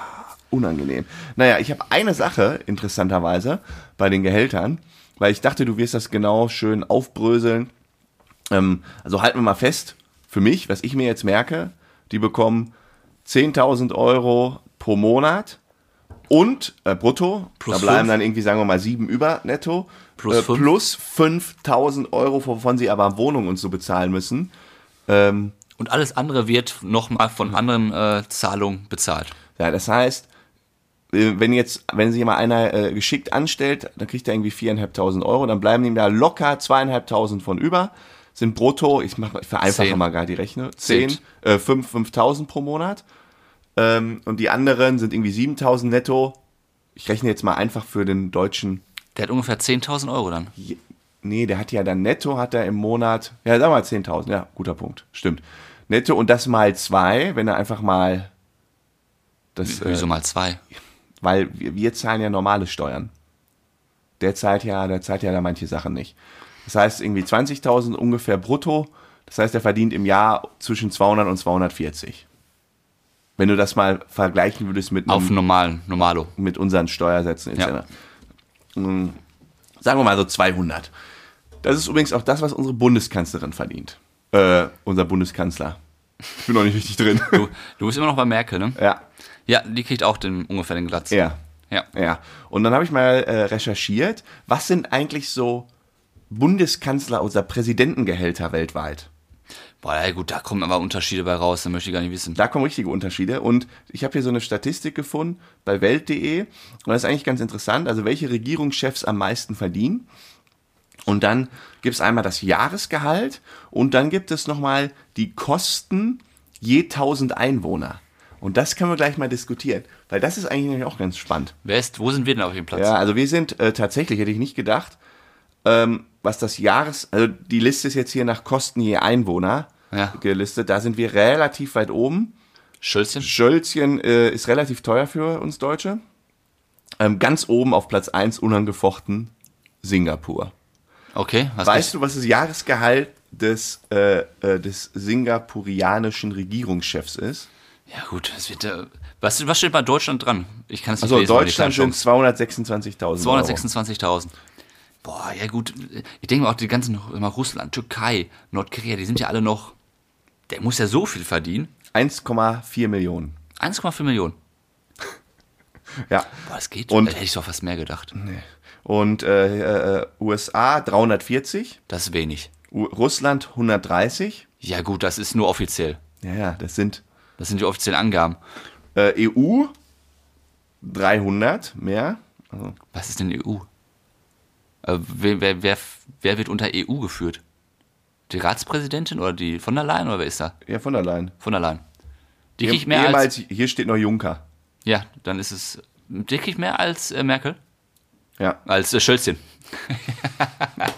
[SPEAKER 1] unangenehm. Naja, ich habe eine Sache, interessanterweise, bei den Gehältern, weil ich dachte, du wirst das genau schön aufbröseln. Ähm, also halten wir mal fest, für mich, was ich mir jetzt merke, die bekommen 10.000 Euro pro Monat und äh, brutto,
[SPEAKER 2] Plus
[SPEAKER 1] da bleiben
[SPEAKER 2] fünf.
[SPEAKER 1] dann irgendwie, sagen wir mal, sieben über netto,
[SPEAKER 2] Plus
[SPEAKER 1] äh,
[SPEAKER 2] fünf.
[SPEAKER 1] plus 5.000 Euro, wovon sie aber Wohnung und so bezahlen müssen. Ähm,
[SPEAKER 2] Und alles andere wird nochmal von anderen äh, Zahlungen bezahlt.
[SPEAKER 1] Ja, das heißt, äh, wenn jetzt, wenn sich mal einer äh, geschickt anstellt, dann kriegt er irgendwie 4.500 Euro, dann bleiben ihm da locker 2.500 von über, sind brutto, ich, mach, ich vereinfache
[SPEAKER 2] Zehn.
[SPEAKER 1] mal gar die Rechnung,
[SPEAKER 2] Zehn.
[SPEAKER 1] 10, äh, fünf- 5.000 pro Monat ähm, und die anderen sind irgendwie 7.000 netto. Ich rechne jetzt mal einfach für den deutschen,
[SPEAKER 2] Der hat ungefähr 10.000 Euro dann.
[SPEAKER 1] Je- nee, der hat ja dann netto, hat er im Monat, ja, sag mal 10.000, ja, guter Punkt, stimmt. Netto und das mal zwei, wenn er einfach mal das, äh,
[SPEAKER 2] Wieso mal zwei?
[SPEAKER 1] weil wir, wir zahlen ja normale Steuern. Der zahlt ja, der zahlt ja da manche Sachen nicht. Das heißt irgendwie 20.000 ungefähr brutto. Das heißt, er verdient im Jahr zwischen 200 und 240. Wenn du das mal vergleichen würdest mit,
[SPEAKER 2] Auf
[SPEAKER 1] einem-
[SPEAKER 2] normalen, normalo.
[SPEAKER 1] mit unseren Steuersätzen etc.
[SPEAKER 2] Ja.
[SPEAKER 1] Mm, Sagen wir mal so 200. Das ist übrigens auch das, was unsere Bundeskanzlerin verdient. Äh, unser Bundeskanzler. Ich bin noch nicht richtig drin.
[SPEAKER 2] Du, du bist immer noch bei Merkel, ne?
[SPEAKER 1] ja,
[SPEAKER 2] Ja, die kriegt auch den, ungefähr den Glatz.
[SPEAKER 1] ja.
[SPEAKER 2] Ja.
[SPEAKER 1] Ja, und dann habe ich mal äh, recherchiert, was sind eigentlich so Bundeskanzler- oder Präsidentengehälter weltweit?
[SPEAKER 2] Boah, ja gut, da kommen aber Unterschiede bei raus, da möchte ich gar nicht wissen.
[SPEAKER 1] Da kommen richtige Unterschiede. Und ich habe hier so eine Statistik gefunden bei Welt.de. Und das ist eigentlich ganz interessant. Also, welche Regierungschefs am meisten verdienen. Und dann gibt es einmal das Jahresgehalt. Und dann gibt es nochmal die Kosten je 1000 Einwohner. Und das können wir gleich mal diskutieren. Weil das ist eigentlich nämlich auch ganz spannend.
[SPEAKER 2] Wer ist, wo sind wir denn auf dem Platz?
[SPEAKER 1] Ja, also wir sind äh, tatsächlich, hätte ich nicht gedacht, ähm, was das Jahres, also die Liste ist jetzt hier nach Kosten je Einwohner
[SPEAKER 2] Ja.
[SPEAKER 1] gelistet, da sind wir relativ weit oben.
[SPEAKER 2] Schölzchen?
[SPEAKER 1] Schölzchen äh, ist relativ teuer für uns Deutsche. Ähm, ganz oben auf Platz 1 unangefochten Singapur.
[SPEAKER 2] Okay, was
[SPEAKER 1] Weißt du, was das Jahresgehalt des, äh, äh, des singapurianischen Regierungschefs ist?
[SPEAKER 2] Ja gut, es wird, äh, Was, was steht bei Deutschland dran? Ich kann es nicht
[SPEAKER 1] Also
[SPEAKER 2] lesen. aber die
[SPEAKER 1] Deutschland
[SPEAKER 2] kleinen
[SPEAKER 1] sind
[SPEAKER 2] Chancen.
[SPEAKER 1] 226.000 226.
[SPEAKER 2] 226.000. Boah, ja gut. Ich denke mal auch die ganzen, immer Russland, Türkei, Nordkorea, die sind ja alle noch, der muss ja so viel verdienen.
[SPEAKER 1] Euro. 1,4 Millionen.
[SPEAKER 2] 1,4 Millionen.
[SPEAKER 1] Ja.
[SPEAKER 2] Boah, das geht.
[SPEAKER 1] Und-
[SPEAKER 2] da hätte ich doch fast mehr gedacht.
[SPEAKER 1] Und äh, äh, USA 340,
[SPEAKER 2] Das ist wenig.
[SPEAKER 1] U Russland 130.
[SPEAKER 2] Ja gut, das ist nur offiziell.
[SPEAKER 1] Ja, ja, das sind
[SPEAKER 2] Das sind die offiziellen Angaben.
[SPEAKER 1] äh, EU 300 mehr. Also,
[SPEAKER 2] Was ist denn EU? Äh, wer, wer, wer, wer wird unter EU geführt? Die Ratspräsidentin oder die von der Leyen oder wer ist da?
[SPEAKER 1] ja, von der Leyen.
[SPEAKER 2] Von der Leyen. Die
[SPEAKER 1] Ehem-
[SPEAKER 2] kriegt mehr als.
[SPEAKER 1] Ehm, ehemals, hier steht noch Juncker.
[SPEAKER 2] Ja, dann ist es. Die kriegt mehr als äh, Merkel.
[SPEAKER 1] Ja.
[SPEAKER 2] Als äh, Schölzchen.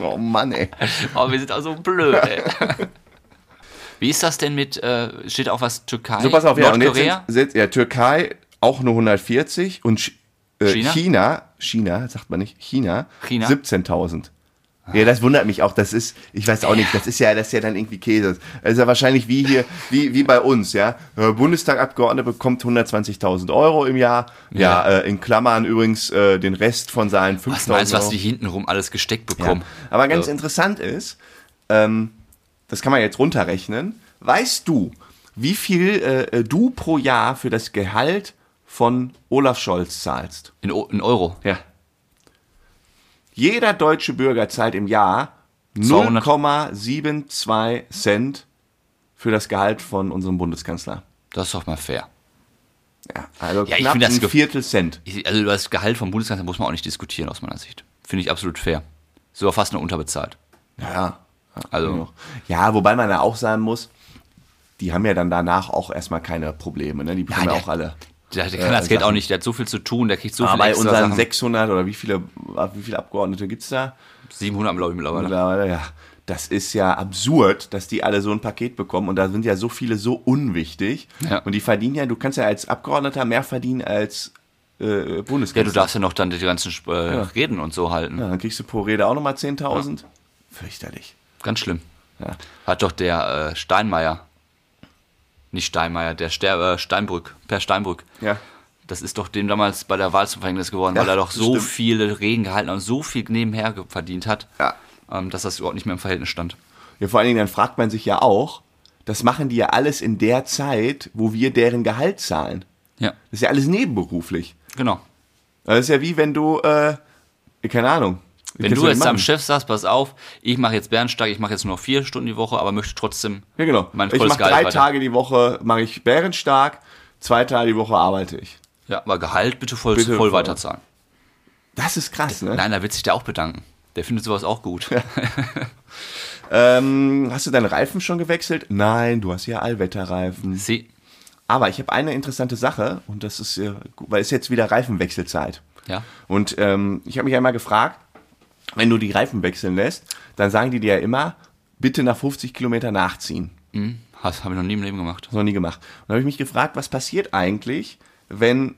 [SPEAKER 1] Oh Mann, ey.
[SPEAKER 2] Oh, wir sind auch so blöd, ey. Wie ist das denn mit. Äh, steht auch was Türkei?
[SPEAKER 1] So, pass auf, ja, und jetzt sind,
[SPEAKER 2] Nordkorea?
[SPEAKER 1] sind, ja, Türkei auch nur 140 und Ch äh,
[SPEAKER 2] China?
[SPEAKER 1] China, China, sagt man nicht, China,
[SPEAKER 2] China?
[SPEAKER 1] 17.000. Ja, das wundert mich auch. Das ist, ich weiß auch nicht, das ist ja, das ist ja dann irgendwie Käse. Das ist ja wahrscheinlich wie hier, wie, wie bei uns, ja. Äh, Bundestagabgeordneter bekommt 120.000 Euro im Jahr. Ja, äh, in Klammern übrigens äh, den Rest von seinen 5.000
[SPEAKER 2] Was meinst du, was
[SPEAKER 1] Euro.
[SPEAKER 2] die hintenrum alles gesteckt
[SPEAKER 1] Ja.
[SPEAKER 2] bekommen?
[SPEAKER 1] Aber ganz
[SPEAKER 2] Also-
[SPEAKER 1] interessant ist, ähm, das kann man jetzt runterrechnen. Weißt du, wie viel äh, du pro Jahr für das Gehalt von Olaf Scholz zahlst?
[SPEAKER 2] In, O- in Euro.
[SPEAKER 1] Ja. Jeder deutsche Bürger zahlt im Jahr
[SPEAKER 2] 200.
[SPEAKER 1] 0,72 Cent für das Gehalt von unserem Bundeskanzler.
[SPEAKER 2] Das ist doch mal fair.
[SPEAKER 1] Ja, also
[SPEAKER 2] Ja, ich
[SPEAKER 1] knapp
[SPEAKER 2] find das
[SPEAKER 1] ein
[SPEAKER 2] ge-
[SPEAKER 1] Viertel Cent.
[SPEAKER 2] Ich- Also über das Gehalt vom Bundeskanzler muss man auch nicht diskutieren, aus meiner Sicht. Finde ich absolut fair. Sogar fast nur unterbezahlt.
[SPEAKER 1] Ja,
[SPEAKER 2] Also,
[SPEAKER 1] Ja, wobei man ja auch sagen muss, die haben ja dann danach auch erstmal keine Probleme. Ne? Die bekommen ja,
[SPEAKER 2] der-
[SPEAKER 1] auch alle.
[SPEAKER 2] der, der kann das
[SPEAKER 1] äh,
[SPEAKER 2] Geld auch
[SPEAKER 1] Sachen.
[SPEAKER 2] nicht. Der hat so viel zu tun, der kriegt so
[SPEAKER 1] Aber
[SPEAKER 2] viel
[SPEAKER 1] bei
[SPEAKER 2] extra
[SPEAKER 1] unseren
[SPEAKER 2] Sachen.
[SPEAKER 1] 600 oder wie viele, wie viele Abgeordnete gibt's da?
[SPEAKER 2] 700, glaube ich, mittlerweile.
[SPEAKER 1] Mittlerweile, ja. Das ist ja absurd, dass die alle so ein Paket bekommen und da sind ja so viele so unwichtig.
[SPEAKER 2] Ja.
[SPEAKER 1] Und die verdienen ja, du kannst ja als Abgeordneter mehr verdienen als äh,
[SPEAKER 2] Ja, du
[SPEAKER 1] Bundeskanzler.
[SPEAKER 2] darfst ja noch dann die ganzen Sp- äh, Reden und so halten.
[SPEAKER 1] Ja, dann kriegst du pro Rede auch nochmal 10.000. Fürchterlich.
[SPEAKER 2] Ganz schlimm.
[SPEAKER 1] Ja.
[SPEAKER 2] Hat doch der äh, Steinmeier, nicht Steinmeier, der Ster äh, Steinbrück, Per Steinbrück,
[SPEAKER 1] ja.
[SPEAKER 2] das ist doch dem damals bei der Wahl zum Verhängnis geworden,
[SPEAKER 1] Ja,
[SPEAKER 2] weil er doch
[SPEAKER 1] das
[SPEAKER 2] so
[SPEAKER 1] stimmt.
[SPEAKER 2] viele Reden gehalten hat und so viel nebenher ge- verdient hat,
[SPEAKER 1] Ja.
[SPEAKER 2] ähm, dass das überhaupt nicht mehr im Verhältnis stand.
[SPEAKER 1] Ja, vor allen Dingen, dann fragt man sich ja auch, das machen die ja alles in der Zeit, wo wir deren Gehalt zahlen.
[SPEAKER 2] Ja,
[SPEAKER 1] Das ist ja alles nebenberuflich. Also
[SPEAKER 2] genau.
[SPEAKER 1] Das ist ja wie wenn du, äh, keine Ahnung.
[SPEAKER 2] Wenn
[SPEAKER 1] Kennst
[SPEAKER 2] du jetzt
[SPEAKER 1] den Mann?
[SPEAKER 2] am Chef sagst, pass auf, ich mache jetzt Bärensteig, ich mache jetzt nur vier Stunden die Woche, aber möchte trotzdem
[SPEAKER 1] Ja, genau.
[SPEAKER 2] mein
[SPEAKER 1] ich
[SPEAKER 2] volles
[SPEAKER 1] mache
[SPEAKER 2] Gehalt
[SPEAKER 1] drei
[SPEAKER 2] weiter.
[SPEAKER 1] Tage die Woche, mache ich bärenstark, zwei Tage die Woche arbeite ich.
[SPEAKER 2] Ja, aber Gehalt bitte voll,
[SPEAKER 1] Bitte
[SPEAKER 2] voll
[SPEAKER 1] voll.
[SPEAKER 2] weiterzahlen.
[SPEAKER 1] Das ist krass, ne?
[SPEAKER 2] Nein, da wird sich der auch bedanken. Der findet sowas auch gut.
[SPEAKER 1] Ähm, hast du deine Reifen schon gewechselt? Nein, du hast ja Allwetterreifen.
[SPEAKER 2] Sie,
[SPEAKER 1] Aber ich habe eine interessante Sache und das ist, äh, gu- weil es ist jetzt wieder Reifenwechselzeit.
[SPEAKER 2] ja.
[SPEAKER 1] Und ähm, ich habe mich einmal gefragt, wenn du die Reifen wechseln lässt, dann sagen die dir ja immer, bitte nach 50 Kilometer nachziehen.
[SPEAKER 2] Hm, das habe ich noch nie im Leben gemacht.
[SPEAKER 1] Das noch nie gemacht. Und da habe ich mich gefragt, was passiert eigentlich, wenn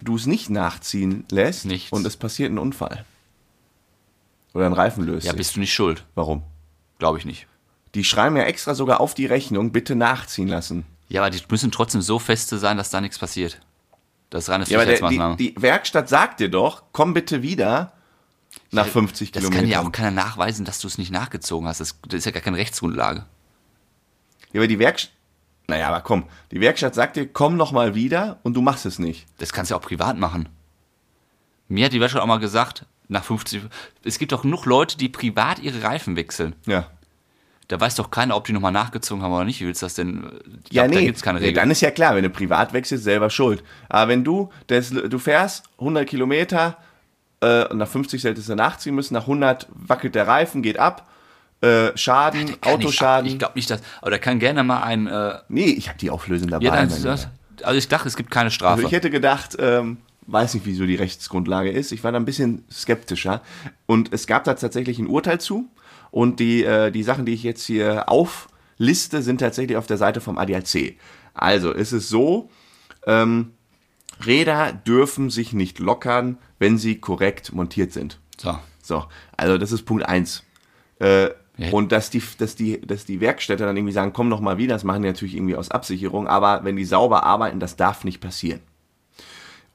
[SPEAKER 1] du es nicht nachziehen lässt
[SPEAKER 2] Nichts.
[SPEAKER 1] und es passiert ein Unfall? Oder ein Reifen löst
[SPEAKER 2] Ja,
[SPEAKER 1] sich.
[SPEAKER 2] bist du nicht schuld.
[SPEAKER 1] Warum?
[SPEAKER 2] Glaube ich nicht.
[SPEAKER 1] Die schreiben ja extra sogar auf die Rechnung, bitte nachziehen lassen.
[SPEAKER 2] Ja, aber die müssen trotzdem so feste sein, dass da nichts passiert. Das ist reine
[SPEAKER 1] Ja, aber der,
[SPEAKER 2] Sicherheitsmaßnahme.
[SPEAKER 1] die, die Werkstatt sagt dir doch, komm bitte wieder nach 50
[SPEAKER 2] das
[SPEAKER 1] Kilometern.
[SPEAKER 2] kann ja auch keiner nachweisen, dass du es nicht nachgezogen hast. Das, das ist ja gar keine Rechtsgrundlage.
[SPEAKER 1] Ja, aber die Werkstatt... Naja, aber komm. Die Werkstatt sagt dir, komm nochmal wieder und du machst es nicht.
[SPEAKER 2] Das kannst du auch privat machen. Mir hat die Werkstatt auch mal gesagt, nach 50. Es gibt doch genug Leute, die privat ihre Reifen wechseln.
[SPEAKER 1] Ja.
[SPEAKER 2] Da weiß doch keiner, ob die nochmal nachgezogen haben oder nicht. Wie willst du das denn? Ich
[SPEAKER 1] Ja,
[SPEAKER 2] glaub, Da
[SPEAKER 1] nee.
[SPEAKER 2] gibt es keine
[SPEAKER 1] Ja,
[SPEAKER 2] Regel.
[SPEAKER 1] Dann ist ja klar, wenn du privat wechselst, selber schuld. Aber wenn du, das, du fährst 100 Kilometer, äh, und nach 50 solltest du nachziehen müssen, nach 100 wackelt der Reifen, geht ab, äh, Schaden,
[SPEAKER 2] Kann ich-
[SPEAKER 1] Autoschaden.
[SPEAKER 2] Ich glaube nicht, dass. Aber da kann gerne mal ein. Äh, ja,
[SPEAKER 1] nee, ich habe die Auflösung dabei.
[SPEAKER 2] dann,
[SPEAKER 1] mein
[SPEAKER 2] das,
[SPEAKER 1] Lieber.
[SPEAKER 2] also ich dachte, es gibt keine Strafe.
[SPEAKER 1] also ich hätte gedacht, ähm, weiß nicht, wieso die Rechtsgrundlage ist. Ich war da ein bisschen skeptischer. Und es gab da tatsächlich ein Urteil zu. Und die, äh, die Sachen, die ich jetzt hier aufliste, sind tatsächlich auf der Seite vom ADAC. Also ist es so, ähm, Räder dürfen sich nicht lockern, wenn sie korrekt montiert sind.
[SPEAKER 2] so.
[SPEAKER 1] So, also das ist Punkt eins. Äh,
[SPEAKER 2] Ja.
[SPEAKER 1] Und dass die, dass, die, dass die Werkstätte dann irgendwie sagen, komm noch mal wieder, das machen die natürlich irgendwie aus Absicherung, aber wenn die sauber arbeiten, das darf nicht passieren.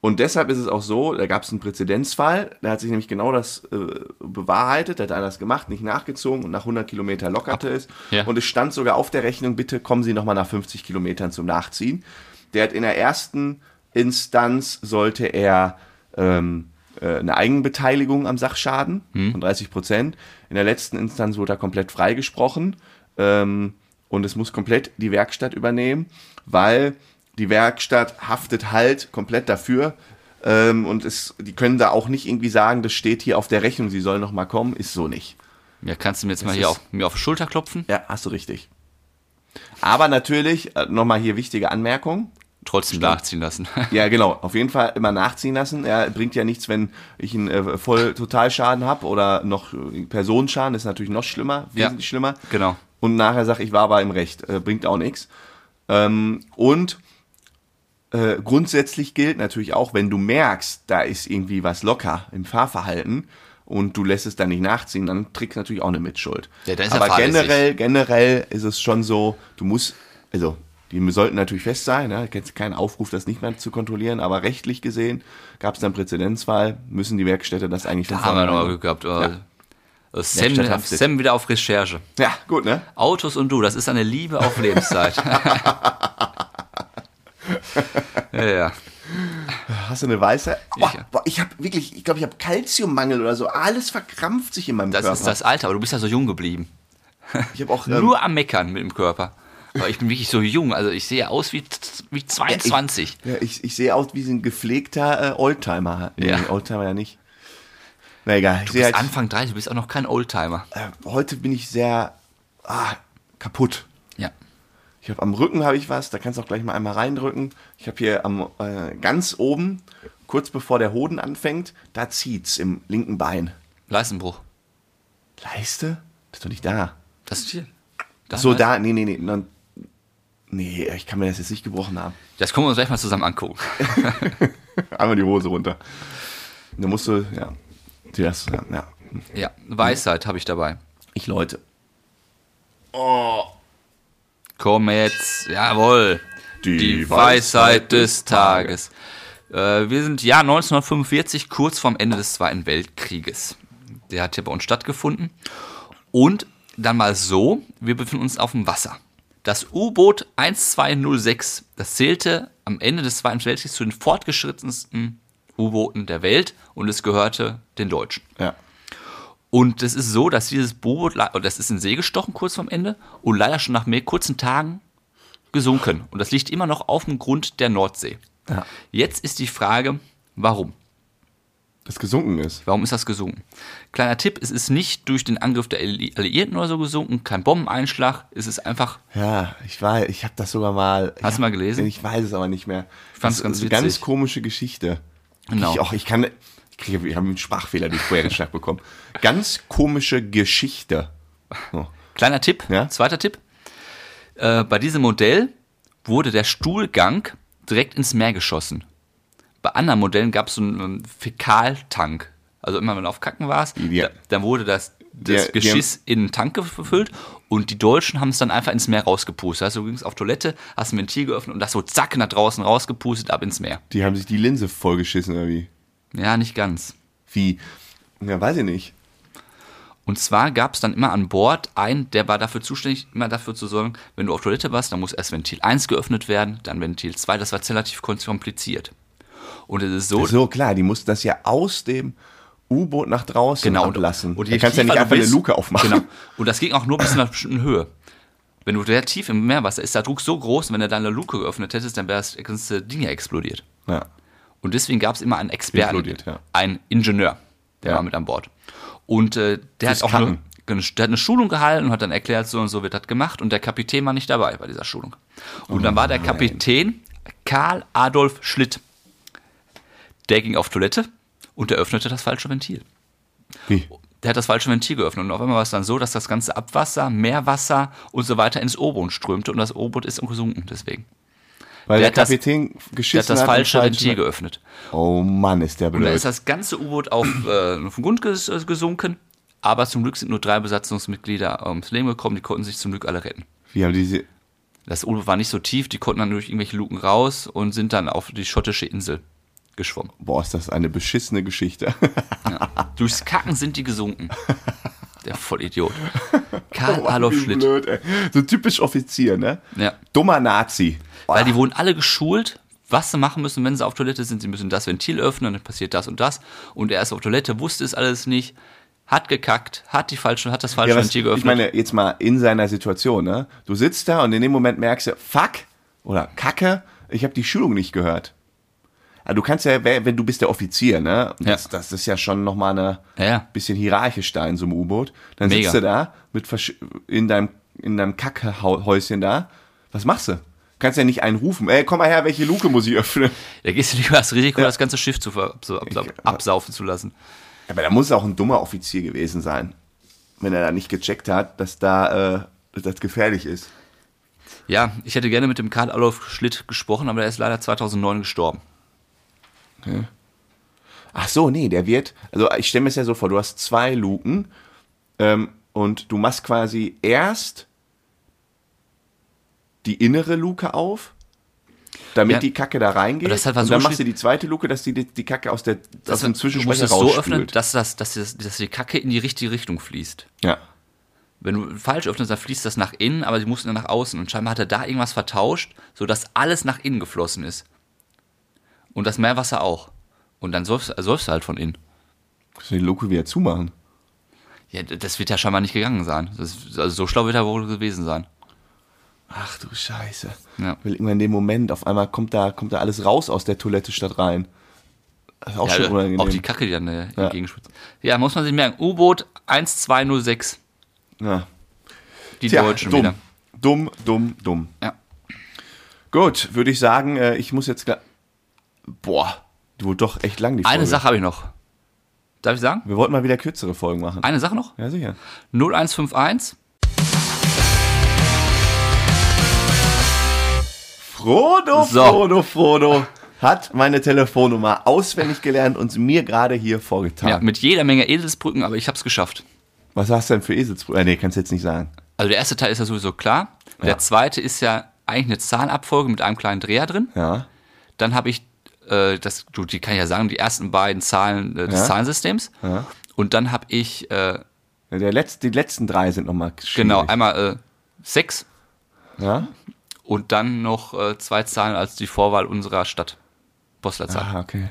[SPEAKER 1] Und deshalb ist es auch so, da gab es einen Präzedenzfall, da hat sich nämlich genau das äh, bewahrheitet, da hat einer das gemacht, nicht nachgezogen und nach 100 Kilometer lockerte es.
[SPEAKER 2] Ja.
[SPEAKER 1] Und es stand sogar auf der Rechnung, bitte kommen Sie nochmal nach 50 Kilometern zum Nachziehen. Der hat in der ersten Instanz, sollte er ähm, äh, eine Eigenbeteiligung am Sachschaden von 30 Prozent. In der letzten Instanz wurde er komplett freigesprochen ähm, und es muss komplett die Werkstatt übernehmen, weil die Werkstatt haftet halt komplett dafür. Ähm, und es, die können da auch nicht irgendwie sagen, das steht hier auf der Rechnung, sie sollen nochmal kommen. Ist so nicht.
[SPEAKER 2] Ja, kannst du mir jetzt mal hier
[SPEAKER 1] ist-
[SPEAKER 2] auf, mir auf die Schulter klopfen?
[SPEAKER 1] Ja, hast du richtig. Aber natürlich, äh, nochmal hier wichtige Anmerkung.
[SPEAKER 2] Trotzdem nachziehen lassen.
[SPEAKER 1] Ja, genau. Auf jeden Fall immer nachziehen lassen. Ja, bringt ja nichts, wenn ich einen äh, Voll-Totalschaden habe oder noch äh, Personenschaden. Ist natürlich noch schlimmer,
[SPEAKER 2] Ja.
[SPEAKER 1] wesentlich schlimmer.
[SPEAKER 2] genau.
[SPEAKER 1] Und nachher sage ich, war aber im Recht. Äh, bringt auch nichts. Ähm, und äh, grundsätzlich gilt natürlich auch, wenn du merkst, da ist irgendwie was locker im Fahrverhalten und du lässt es dann nicht nachziehen, dann trägst du natürlich auch eine Mitschuld.
[SPEAKER 2] Ja, dann ist er
[SPEAKER 1] aber
[SPEAKER 2] fahrlässig.
[SPEAKER 1] generell, generell ist es schon so, du musst, also die sollten natürlich fest sein, ne? Jetzt kein Aufruf, das nicht mehr zu kontrollieren, aber rechtlich gesehen gab es dann Präzedenzfall, müssen die Werkstätte das eigentlich von
[SPEAKER 2] Haben wir nochmal
[SPEAKER 1] vornherein-
[SPEAKER 2] Glück gehabt. Äh, Sam,
[SPEAKER 1] Werkstatt haftet.
[SPEAKER 2] Sam wieder auf Recherche.
[SPEAKER 1] Ja, gut, ne?
[SPEAKER 2] Autos und du, das ist eine Liebe auf Lebenszeit. ja, ja.
[SPEAKER 1] Hast du eine weiße? Oh,
[SPEAKER 2] Ich-
[SPEAKER 1] boah, ich habe wirklich, ich glaube, ich habe Kalziummangel oder so. Alles verkrampft sich in meinem
[SPEAKER 2] Das
[SPEAKER 1] Körper.
[SPEAKER 2] ist das Alter, aber du bist ja so jung geblieben.
[SPEAKER 1] Ich habe auch ähm,
[SPEAKER 2] Nur am Meckern mit dem Körper. Aber ich bin wirklich so jung, also ich sehe aus wie, wie 22.
[SPEAKER 1] Ja, ich, ich sehe aus wie so ein gepflegter äh, Oldtimer. Nee,
[SPEAKER 2] Ja.
[SPEAKER 1] Oldtimer ja nicht. Na egal. Ich
[SPEAKER 2] Du
[SPEAKER 1] sehe
[SPEAKER 2] bist
[SPEAKER 1] halt,
[SPEAKER 2] Anfang 30, du bist auch noch kein Oldtimer.
[SPEAKER 1] äh, heute bin ich sehr ah, kaputt.
[SPEAKER 2] Ja.
[SPEAKER 1] Ich habe am Rücken habe ich was, da kannst du auch gleich mal einmal reindrücken. Ich habe hier am äh, ganz oben, kurz bevor der Hoden anfängt, da zieht's im linken Bein.
[SPEAKER 2] Leistenbruch.
[SPEAKER 1] Leiste? Das ist doch nicht da.
[SPEAKER 2] Das ist hier. Das,
[SPEAKER 1] So da, nee, nee, nee. Nein, nee, ich kann mir das jetzt nicht gebrochen haben.
[SPEAKER 2] das können wir uns gleich mal zusammen angucken.
[SPEAKER 1] Einmal die Hose runter. Da musst du, ja. Die Das, ja, ja.
[SPEAKER 2] Ja, Weisheit habe ich dabei.
[SPEAKER 1] Ich Leute.
[SPEAKER 2] Komm jetzt, jawohl.
[SPEAKER 1] Die
[SPEAKER 2] Die,
[SPEAKER 1] Weisheit
[SPEAKER 2] Weisheit des Tages. Äh, wir sind Jahr 1945, kurz vorm Ende des Zweiten Weltkrieges. Der hat hier bei uns stattgefunden. Und dann mal so, wir befinden uns auf dem Wasser. Das U-Boot 1206, das zählte am Ende des Zweiten Weltkriegs zu den fortgeschrittensten U-Booten der Welt und es gehörte den Deutschen.
[SPEAKER 1] Ja.
[SPEAKER 2] Und es ist so, dass dieses Boot, le- und das ist in See gestochen kurz vorm Ende und leider schon nach mehr kurzen Tagen gesunken. Und das liegt immer noch auf dem Grund der Nordsee.
[SPEAKER 1] Ja.
[SPEAKER 2] Jetzt ist die Frage, warum?
[SPEAKER 1] Das gesunken ist.
[SPEAKER 2] Warum ist das gesunken? Kleiner Tipp, es ist nicht durch den Angriff der Alli- Alliierten oder so gesunken, kein Bombeneinschlag, es ist einfach,
[SPEAKER 1] Ja, ich war, ich habe das sogar mal. ich
[SPEAKER 2] du
[SPEAKER 1] hab-
[SPEAKER 2] mal gelesen?
[SPEAKER 1] Ich weiß es aber nicht mehr. Ich
[SPEAKER 2] fand's
[SPEAKER 1] das
[SPEAKER 2] ganz
[SPEAKER 1] ist eine ganz
[SPEAKER 2] witzig.
[SPEAKER 1] komische Geschichte.
[SPEAKER 2] Genau.
[SPEAKER 1] Ich auch, ich kann, ich, krieg, ich habe einen Sprachfehler durch Querenschlag bekommen. Ganz komische Geschichte. Oh, So.
[SPEAKER 2] kleiner Tipp,
[SPEAKER 1] Ja?
[SPEAKER 2] zweiter Tipp. Äh, bei diesem Modell wurde der Stuhlgang direkt ins Meer geschossen. Bei anderen Modellen gab es so einen ähm, Fäkaltank. Also immer wenn du auf Kacken warst,
[SPEAKER 1] Ja.
[SPEAKER 2] da, dann wurde das, das
[SPEAKER 1] Der-
[SPEAKER 2] Geschiss in einen Tank gefüllt und die Deutschen haben es dann einfach ins Meer rausgepustet. Also du gingst auf Toilette, hast ein Ventil geöffnet und das so zack nach draußen rausgepustet, ab ins Meer.
[SPEAKER 1] Die haben sich die Linse vollgeschissen oder wie?
[SPEAKER 2] Ja, nicht ganz.
[SPEAKER 1] Wie? Ja, weiß ich nicht.
[SPEAKER 2] Und zwar gab es dann immer an Bord einen, der war dafür zuständig, immer dafür zu sorgen, wenn du auf Toilette warst, dann muss erst Ventil 1 geöffnet werden, dann Ventil 2. Das war relativ kompliziert. Und es ist so,
[SPEAKER 1] So klar, die mussten das ja aus dem U-Boot nach draußen
[SPEAKER 2] genau.
[SPEAKER 1] ablassen.
[SPEAKER 2] Und
[SPEAKER 1] da kannst du ja
[SPEAKER 2] tiefer
[SPEAKER 1] nicht
[SPEAKER 2] du
[SPEAKER 1] einfach
[SPEAKER 2] bist-
[SPEAKER 1] eine Luke aufmachen.
[SPEAKER 2] Genau. Und das ging auch nur bis zu einer bestimmten Höhe. Wenn du sehr tief im Meerwasser ist, der Druck so groß, und wenn du dann eine Luke geöffnet hättest, dann wäre das ganze Ding ja explodiert.
[SPEAKER 1] Ja.
[SPEAKER 2] Und deswegen gab es immer einen Experten,
[SPEAKER 1] Implodiert, ja.
[SPEAKER 2] einen Ingenieur, der
[SPEAKER 1] Ja.
[SPEAKER 2] war mit an Bord. Und äh, der
[SPEAKER 1] Fürs
[SPEAKER 2] hat auch eine,
[SPEAKER 1] Kacken.
[SPEAKER 2] eine- der hat eine Schulung gehalten und hat dann erklärt, so und so wird das gemacht. Und der Kapitän war nicht dabei bei dieser Schulung. Und
[SPEAKER 1] Oh
[SPEAKER 2] dann war der Kapitän Karl Adolf Schlitt. Der ging auf Toilette und er öffnete das falsche Ventil.
[SPEAKER 1] Wie?
[SPEAKER 2] Der hat das falsche Ventil geöffnet und auf einmal war es dann so, dass das ganze Abwasser, Meerwasser und so weiter ins O-Boot strömte und das O-Boot ist gesunken deswegen.
[SPEAKER 1] Weil
[SPEAKER 2] Der
[SPEAKER 1] der,
[SPEAKER 2] hat das-
[SPEAKER 1] Kapitän
[SPEAKER 2] Der
[SPEAKER 1] geschissen
[SPEAKER 2] hat das
[SPEAKER 1] und
[SPEAKER 2] falsche
[SPEAKER 1] falsch-
[SPEAKER 2] Ventil geöffnet.
[SPEAKER 1] Oh Mann, ist der
[SPEAKER 2] Da
[SPEAKER 1] blöd.
[SPEAKER 2] ist das ganze U-Boot auf, äh, auf den Grund ges äh, gesunken, aber zum Glück sind nur drei Besatzungsmitglieder äh, ums Leben gekommen, die konnten sich zum Glück alle retten.
[SPEAKER 1] Wie haben die sie
[SPEAKER 2] Das U-Boot war nicht so tief, die konnten dann durch irgendwelche Luken raus und sind dann auf die schottische Insel geschwommen.
[SPEAKER 1] Boah, ist das eine beschissene Geschichte.
[SPEAKER 2] Durchs Kacken sind die gesunken. Der Vollidiot. Karl
[SPEAKER 1] Boah,
[SPEAKER 2] Adolf
[SPEAKER 1] Oh, wie
[SPEAKER 2] Schlitt.
[SPEAKER 1] Blöd, ey. So typisch Offizier, ne?
[SPEAKER 2] Ja.
[SPEAKER 1] Dummer Nazi. Boah,
[SPEAKER 2] Weil die wurden alle geschult, was sie machen müssen, wenn sie auf Toilette sind. Sie müssen das Ventil öffnen, dann passiert das und das. Und er ist auf Toilette, wusste es alles nicht, hat gekackt, hat die falsche, hat das falsche
[SPEAKER 1] ja, was,
[SPEAKER 2] Ventil geöffnet.
[SPEAKER 1] ich meine, jetzt mal in seiner Situation, ne? Du sitzt da und in dem Moment merkst du, fuck oder kacke, ich habe die Schulung nicht gehört. Ja, du kannst ja, wer- wenn du bist der Offizier, ne? Und
[SPEAKER 2] Ja.
[SPEAKER 1] Das, das ist ja schon nochmal eine
[SPEAKER 2] Ja, ja.
[SPEAKER 1] bisschen hierarchisch da in so einem U-Boot. Dann
[SPEAKER 2] Mega.
[SPEAKER 1] sitzt du da mit versch- in deinem, in deinem Kackehäuschen da. Was machst du? Kannst ja nicht einen rufen, ey, komm mal her, welche Luke muss ich öffnen?
[SPEAKER 2] da gehst du lieber das Risiko, das ganze Schiff zu ver absau- absau- absaufen zu lassen.
[SPEAKER 1] Ja, Aber da muss auch ein dummer Offizier gewesen sein, wenn er da nicht gecheckt hat, dass da äh, dass das gefährlich ist.
[SPEAKER 2] Ja, ich hätte gerne mit dem Karl Adolf Schlitt gesprochen, aber er ist leider 2009 gestorben.
[SPEAKER 1] Ach so, nee, der wird, also ich stelle mir es ja so vor, du hast zwei Luken ähm, und du machst quasi erst die innere Luke auf, damit
[SPEAKER 2] Ja.
[SPEAKER 1] die Kacke da reingeht.
[SPEAKER 2] Aber das hat was
[SPEAKER 1] und
[SPEAKER 2] so
[SPEAKER 1] dann machst du
[SPEAKER 2] schli-
[SPEAKER 1] die zweite Luke, dass die, die, die Kacke aus, der, aus dem
[SPEAKER 2] du musst
[SPEAKER 1] Zwischenspeicher
[SPEAKER 2] es so öffnen,
[SPEAKER 1] rausspült.
[SPEAKER 2] dass, das, dass, das, dass die Kacke in die richtige Richtung fließt.
[SPEAKER 1] ja.
[SPEAKER 2] Wenn du falsch öffnest, dann fließt das nach innen, aber sie mussten dann nach außen. Und scheinbar hat er da irgendwas vertauscht, sodass alles nach innen geflossen ist. Und das Meerwasser auch. Und dann säufst, säufst du halt von innen.
[SPEAKER 1] Kannst du die Luke wieder zumachen?
[SPEAKER 2] Ja, d- das wird ja scheinbar nicht gegangen sein. Das, also so schlau wird er wohl gewesen sein.
[SPEAKER 1] Ach du Scheiße.
[SPEAKER 2] Ja.
[SPEAKER 1] Weil irgendwann in dem Moment, auf einmal kommt da, kommt da alles raus aus der Toilette statt rein. Das ist auch
[SPEAKER 2] Ja,
[SPEAKER 1] schon unangenehm.
[SPEAKER 2] auch die Kacke, die dann äh,
[SPEAKER 1] Ja.
[SPEAKER 2] entgegenspritzt. Ja, muss man sich merken. U-Boot 1206.
[SPEAKER 1] ja.
[SPEAKER 2] Die
[SPEAKER 1] Tja,
[SPEAKER 2] Deutschen
[SPEAKER 1] dumm.
[SPEAKER 2] wieder.
[SPEAKER 1] Dumm, dumm, dumm.
[SPEAKER 2] Ja.
[SPEAKER 1] Gut, würde ich sagen, äh, ich muss jetzt. gla- Boah, du wurde doch echt lang die Folge.
[SPEAKER 2] Eine Sache habe ich noch. Darf ich sagen?
[SPEAKER 1] Wir wollten mal wieder kürzere Folgen machen.
[SPEAKER 2] Eine Sache noch?
[SPEAKER 1] Ja, sicher.
[SPEAKER 2] 0151.
[SPEAKER 1] Frodo,
[SPEAKER 2] So.
[SPEAKER 1] Frodo, Frodo hat meine Telefonnummer auswendig gelernt und mir gerade hier vorgetan.
[SPEAKER 2] Ja, mit jeder Menge Eselsbrücken, aber ich habe es geschafft.
[SPEAKER 1] Was hast du denn für Eselsbrüder? Äh, Nee, kannst du jetzt nicht sagen.
[SPEAKER 2] Also der erste Teil ist ja sowieso klar. Der
[SPEAKER 1] Ja.
[SPEAKER 2] zweite ist ja eigentlich eine Zahlenabfolge mit einem kleinen Dreher drin.
[SPEAKER 1] Ja.
[SPEAKER 2] Dann habe ich, äh, das, du, die kann ich ja sagen, die ersten beiden Zahlen äh, des
[SPEAKER 1] Ja.
[SPEAKER 2] Zahlensystems.
[SPEAKER 1] Ja.
[SPEAKER 2] Und dann habe ich, äh,
[SPEAKER 1] Ja, Der Letz, die letzten drei sind nochmal
[SPEAKER 2] genau, einmal äh, sechs
[SPEAKER 1] Ja?
[SPEAKER 2] und dann noch äh, zwei Zahlen als die Vorwahl unserer Stadt. Postleitzahl.
[SPEAKER 1] Ah, okay.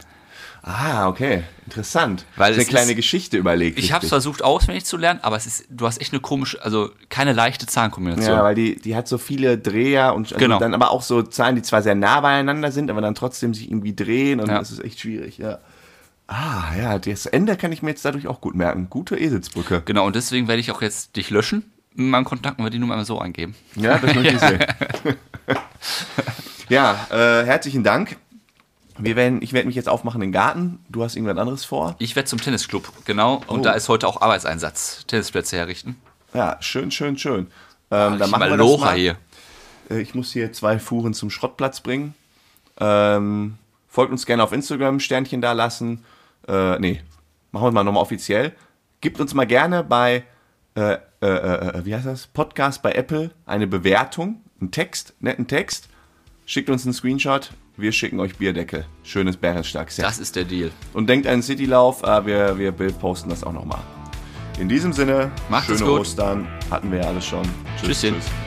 [SPEAKER 1] Ah, okay. Interessant.
[SPEAKER 2] Weil
[SPEAKER 1] ist eine
[SPEAKER 2] es
[SPEAKER 1] kleine
[SPEAKER 2] ist-
[SPEAKER 1] Geschichte überlegt.
[SPEAKER 2] Ich habe
[SPEAKER 1] richtig.
[SPEAKER 2] es versucht auswendig zu lernen, aber es ist, du hast echt eine komische, also keine leichte Zahlenkombination.
[SPEAKER 1] Ja, weil die, die hat so viele Dreher und also
[SPEAKER 2] Genau.
[SPEAKER 1] dann aber auch so Zahlen, die zwar sehr nah beieinander sind, aber dann trotzdem sich irgendwie drehen und
[SPEAKER 2] Ja.
[SPEAKER 1] das ist echt schwierig, ja. Ah, ja, das Ende kann ich mir jetzt dadurch auch gut merken. Gute Eselsbrücke.
[SPEAKER 2] Genau, und deswegen werde ich auch jetzt dich löschen in meinem Kontakt und werde die Nummer mal so eingeben.
[SPEAKER 1] Ja, das möchte ich sehen. ja, äh, herzlichen Dank. Wir werden, ich werde mich jetzt aufmachen in den Garten. Du hast irgendwas anderes vor.
[SPEAKER 2] Ich werde zum Tennisclub, genau. Und
[SPEAKER 1] Oh.
[SPEAKER 2] da ist heute auch Arbeitseinsatz. Tennisplätze herrichten.
[SPEAKER 1] Ja, schön, schön, schön. Ähm, dann
[SPEAKER 2] Ich
[SPEAKER 1] machen wir das
[SPEAKER 2] Malocher
[SPEAKER 1] mal.
[SPEAKER 2] hier.
[SPEAKER 1] Äh, Ich muss hier zwei Fuhren zum Schrottplatz bringen. Ähm, folgt uns gerne auf Instagram, Sternchen da lassen. Äh, nee, machen wir mal nochmal offiziell. Gebt uns mal gerne bei, äh, äh, äh, wie heißt das? Podcast bei Apple eine Bewertung, einen Text, netten Text. Schickt uns einen Screenshot. Wir schicken euch Bierdeckel. Schönes Bärenstark.
[SPEAKER 2] Das ist der Deal.
[SPEAKER 1] Und denkt an den Citylauf. Äh, wir, wir posten das auch nochmal. In diesem Sinne,
[SPEAKER 2] Macht es
[SPEAKER 1] schöne
[SPEAKER 2] gut.
[SPEAKER 1] Ostern. Hatten wir ja alles schon.
[SPEAKER 2] Tschüsschen.
[SPEAKER 1] tschüss.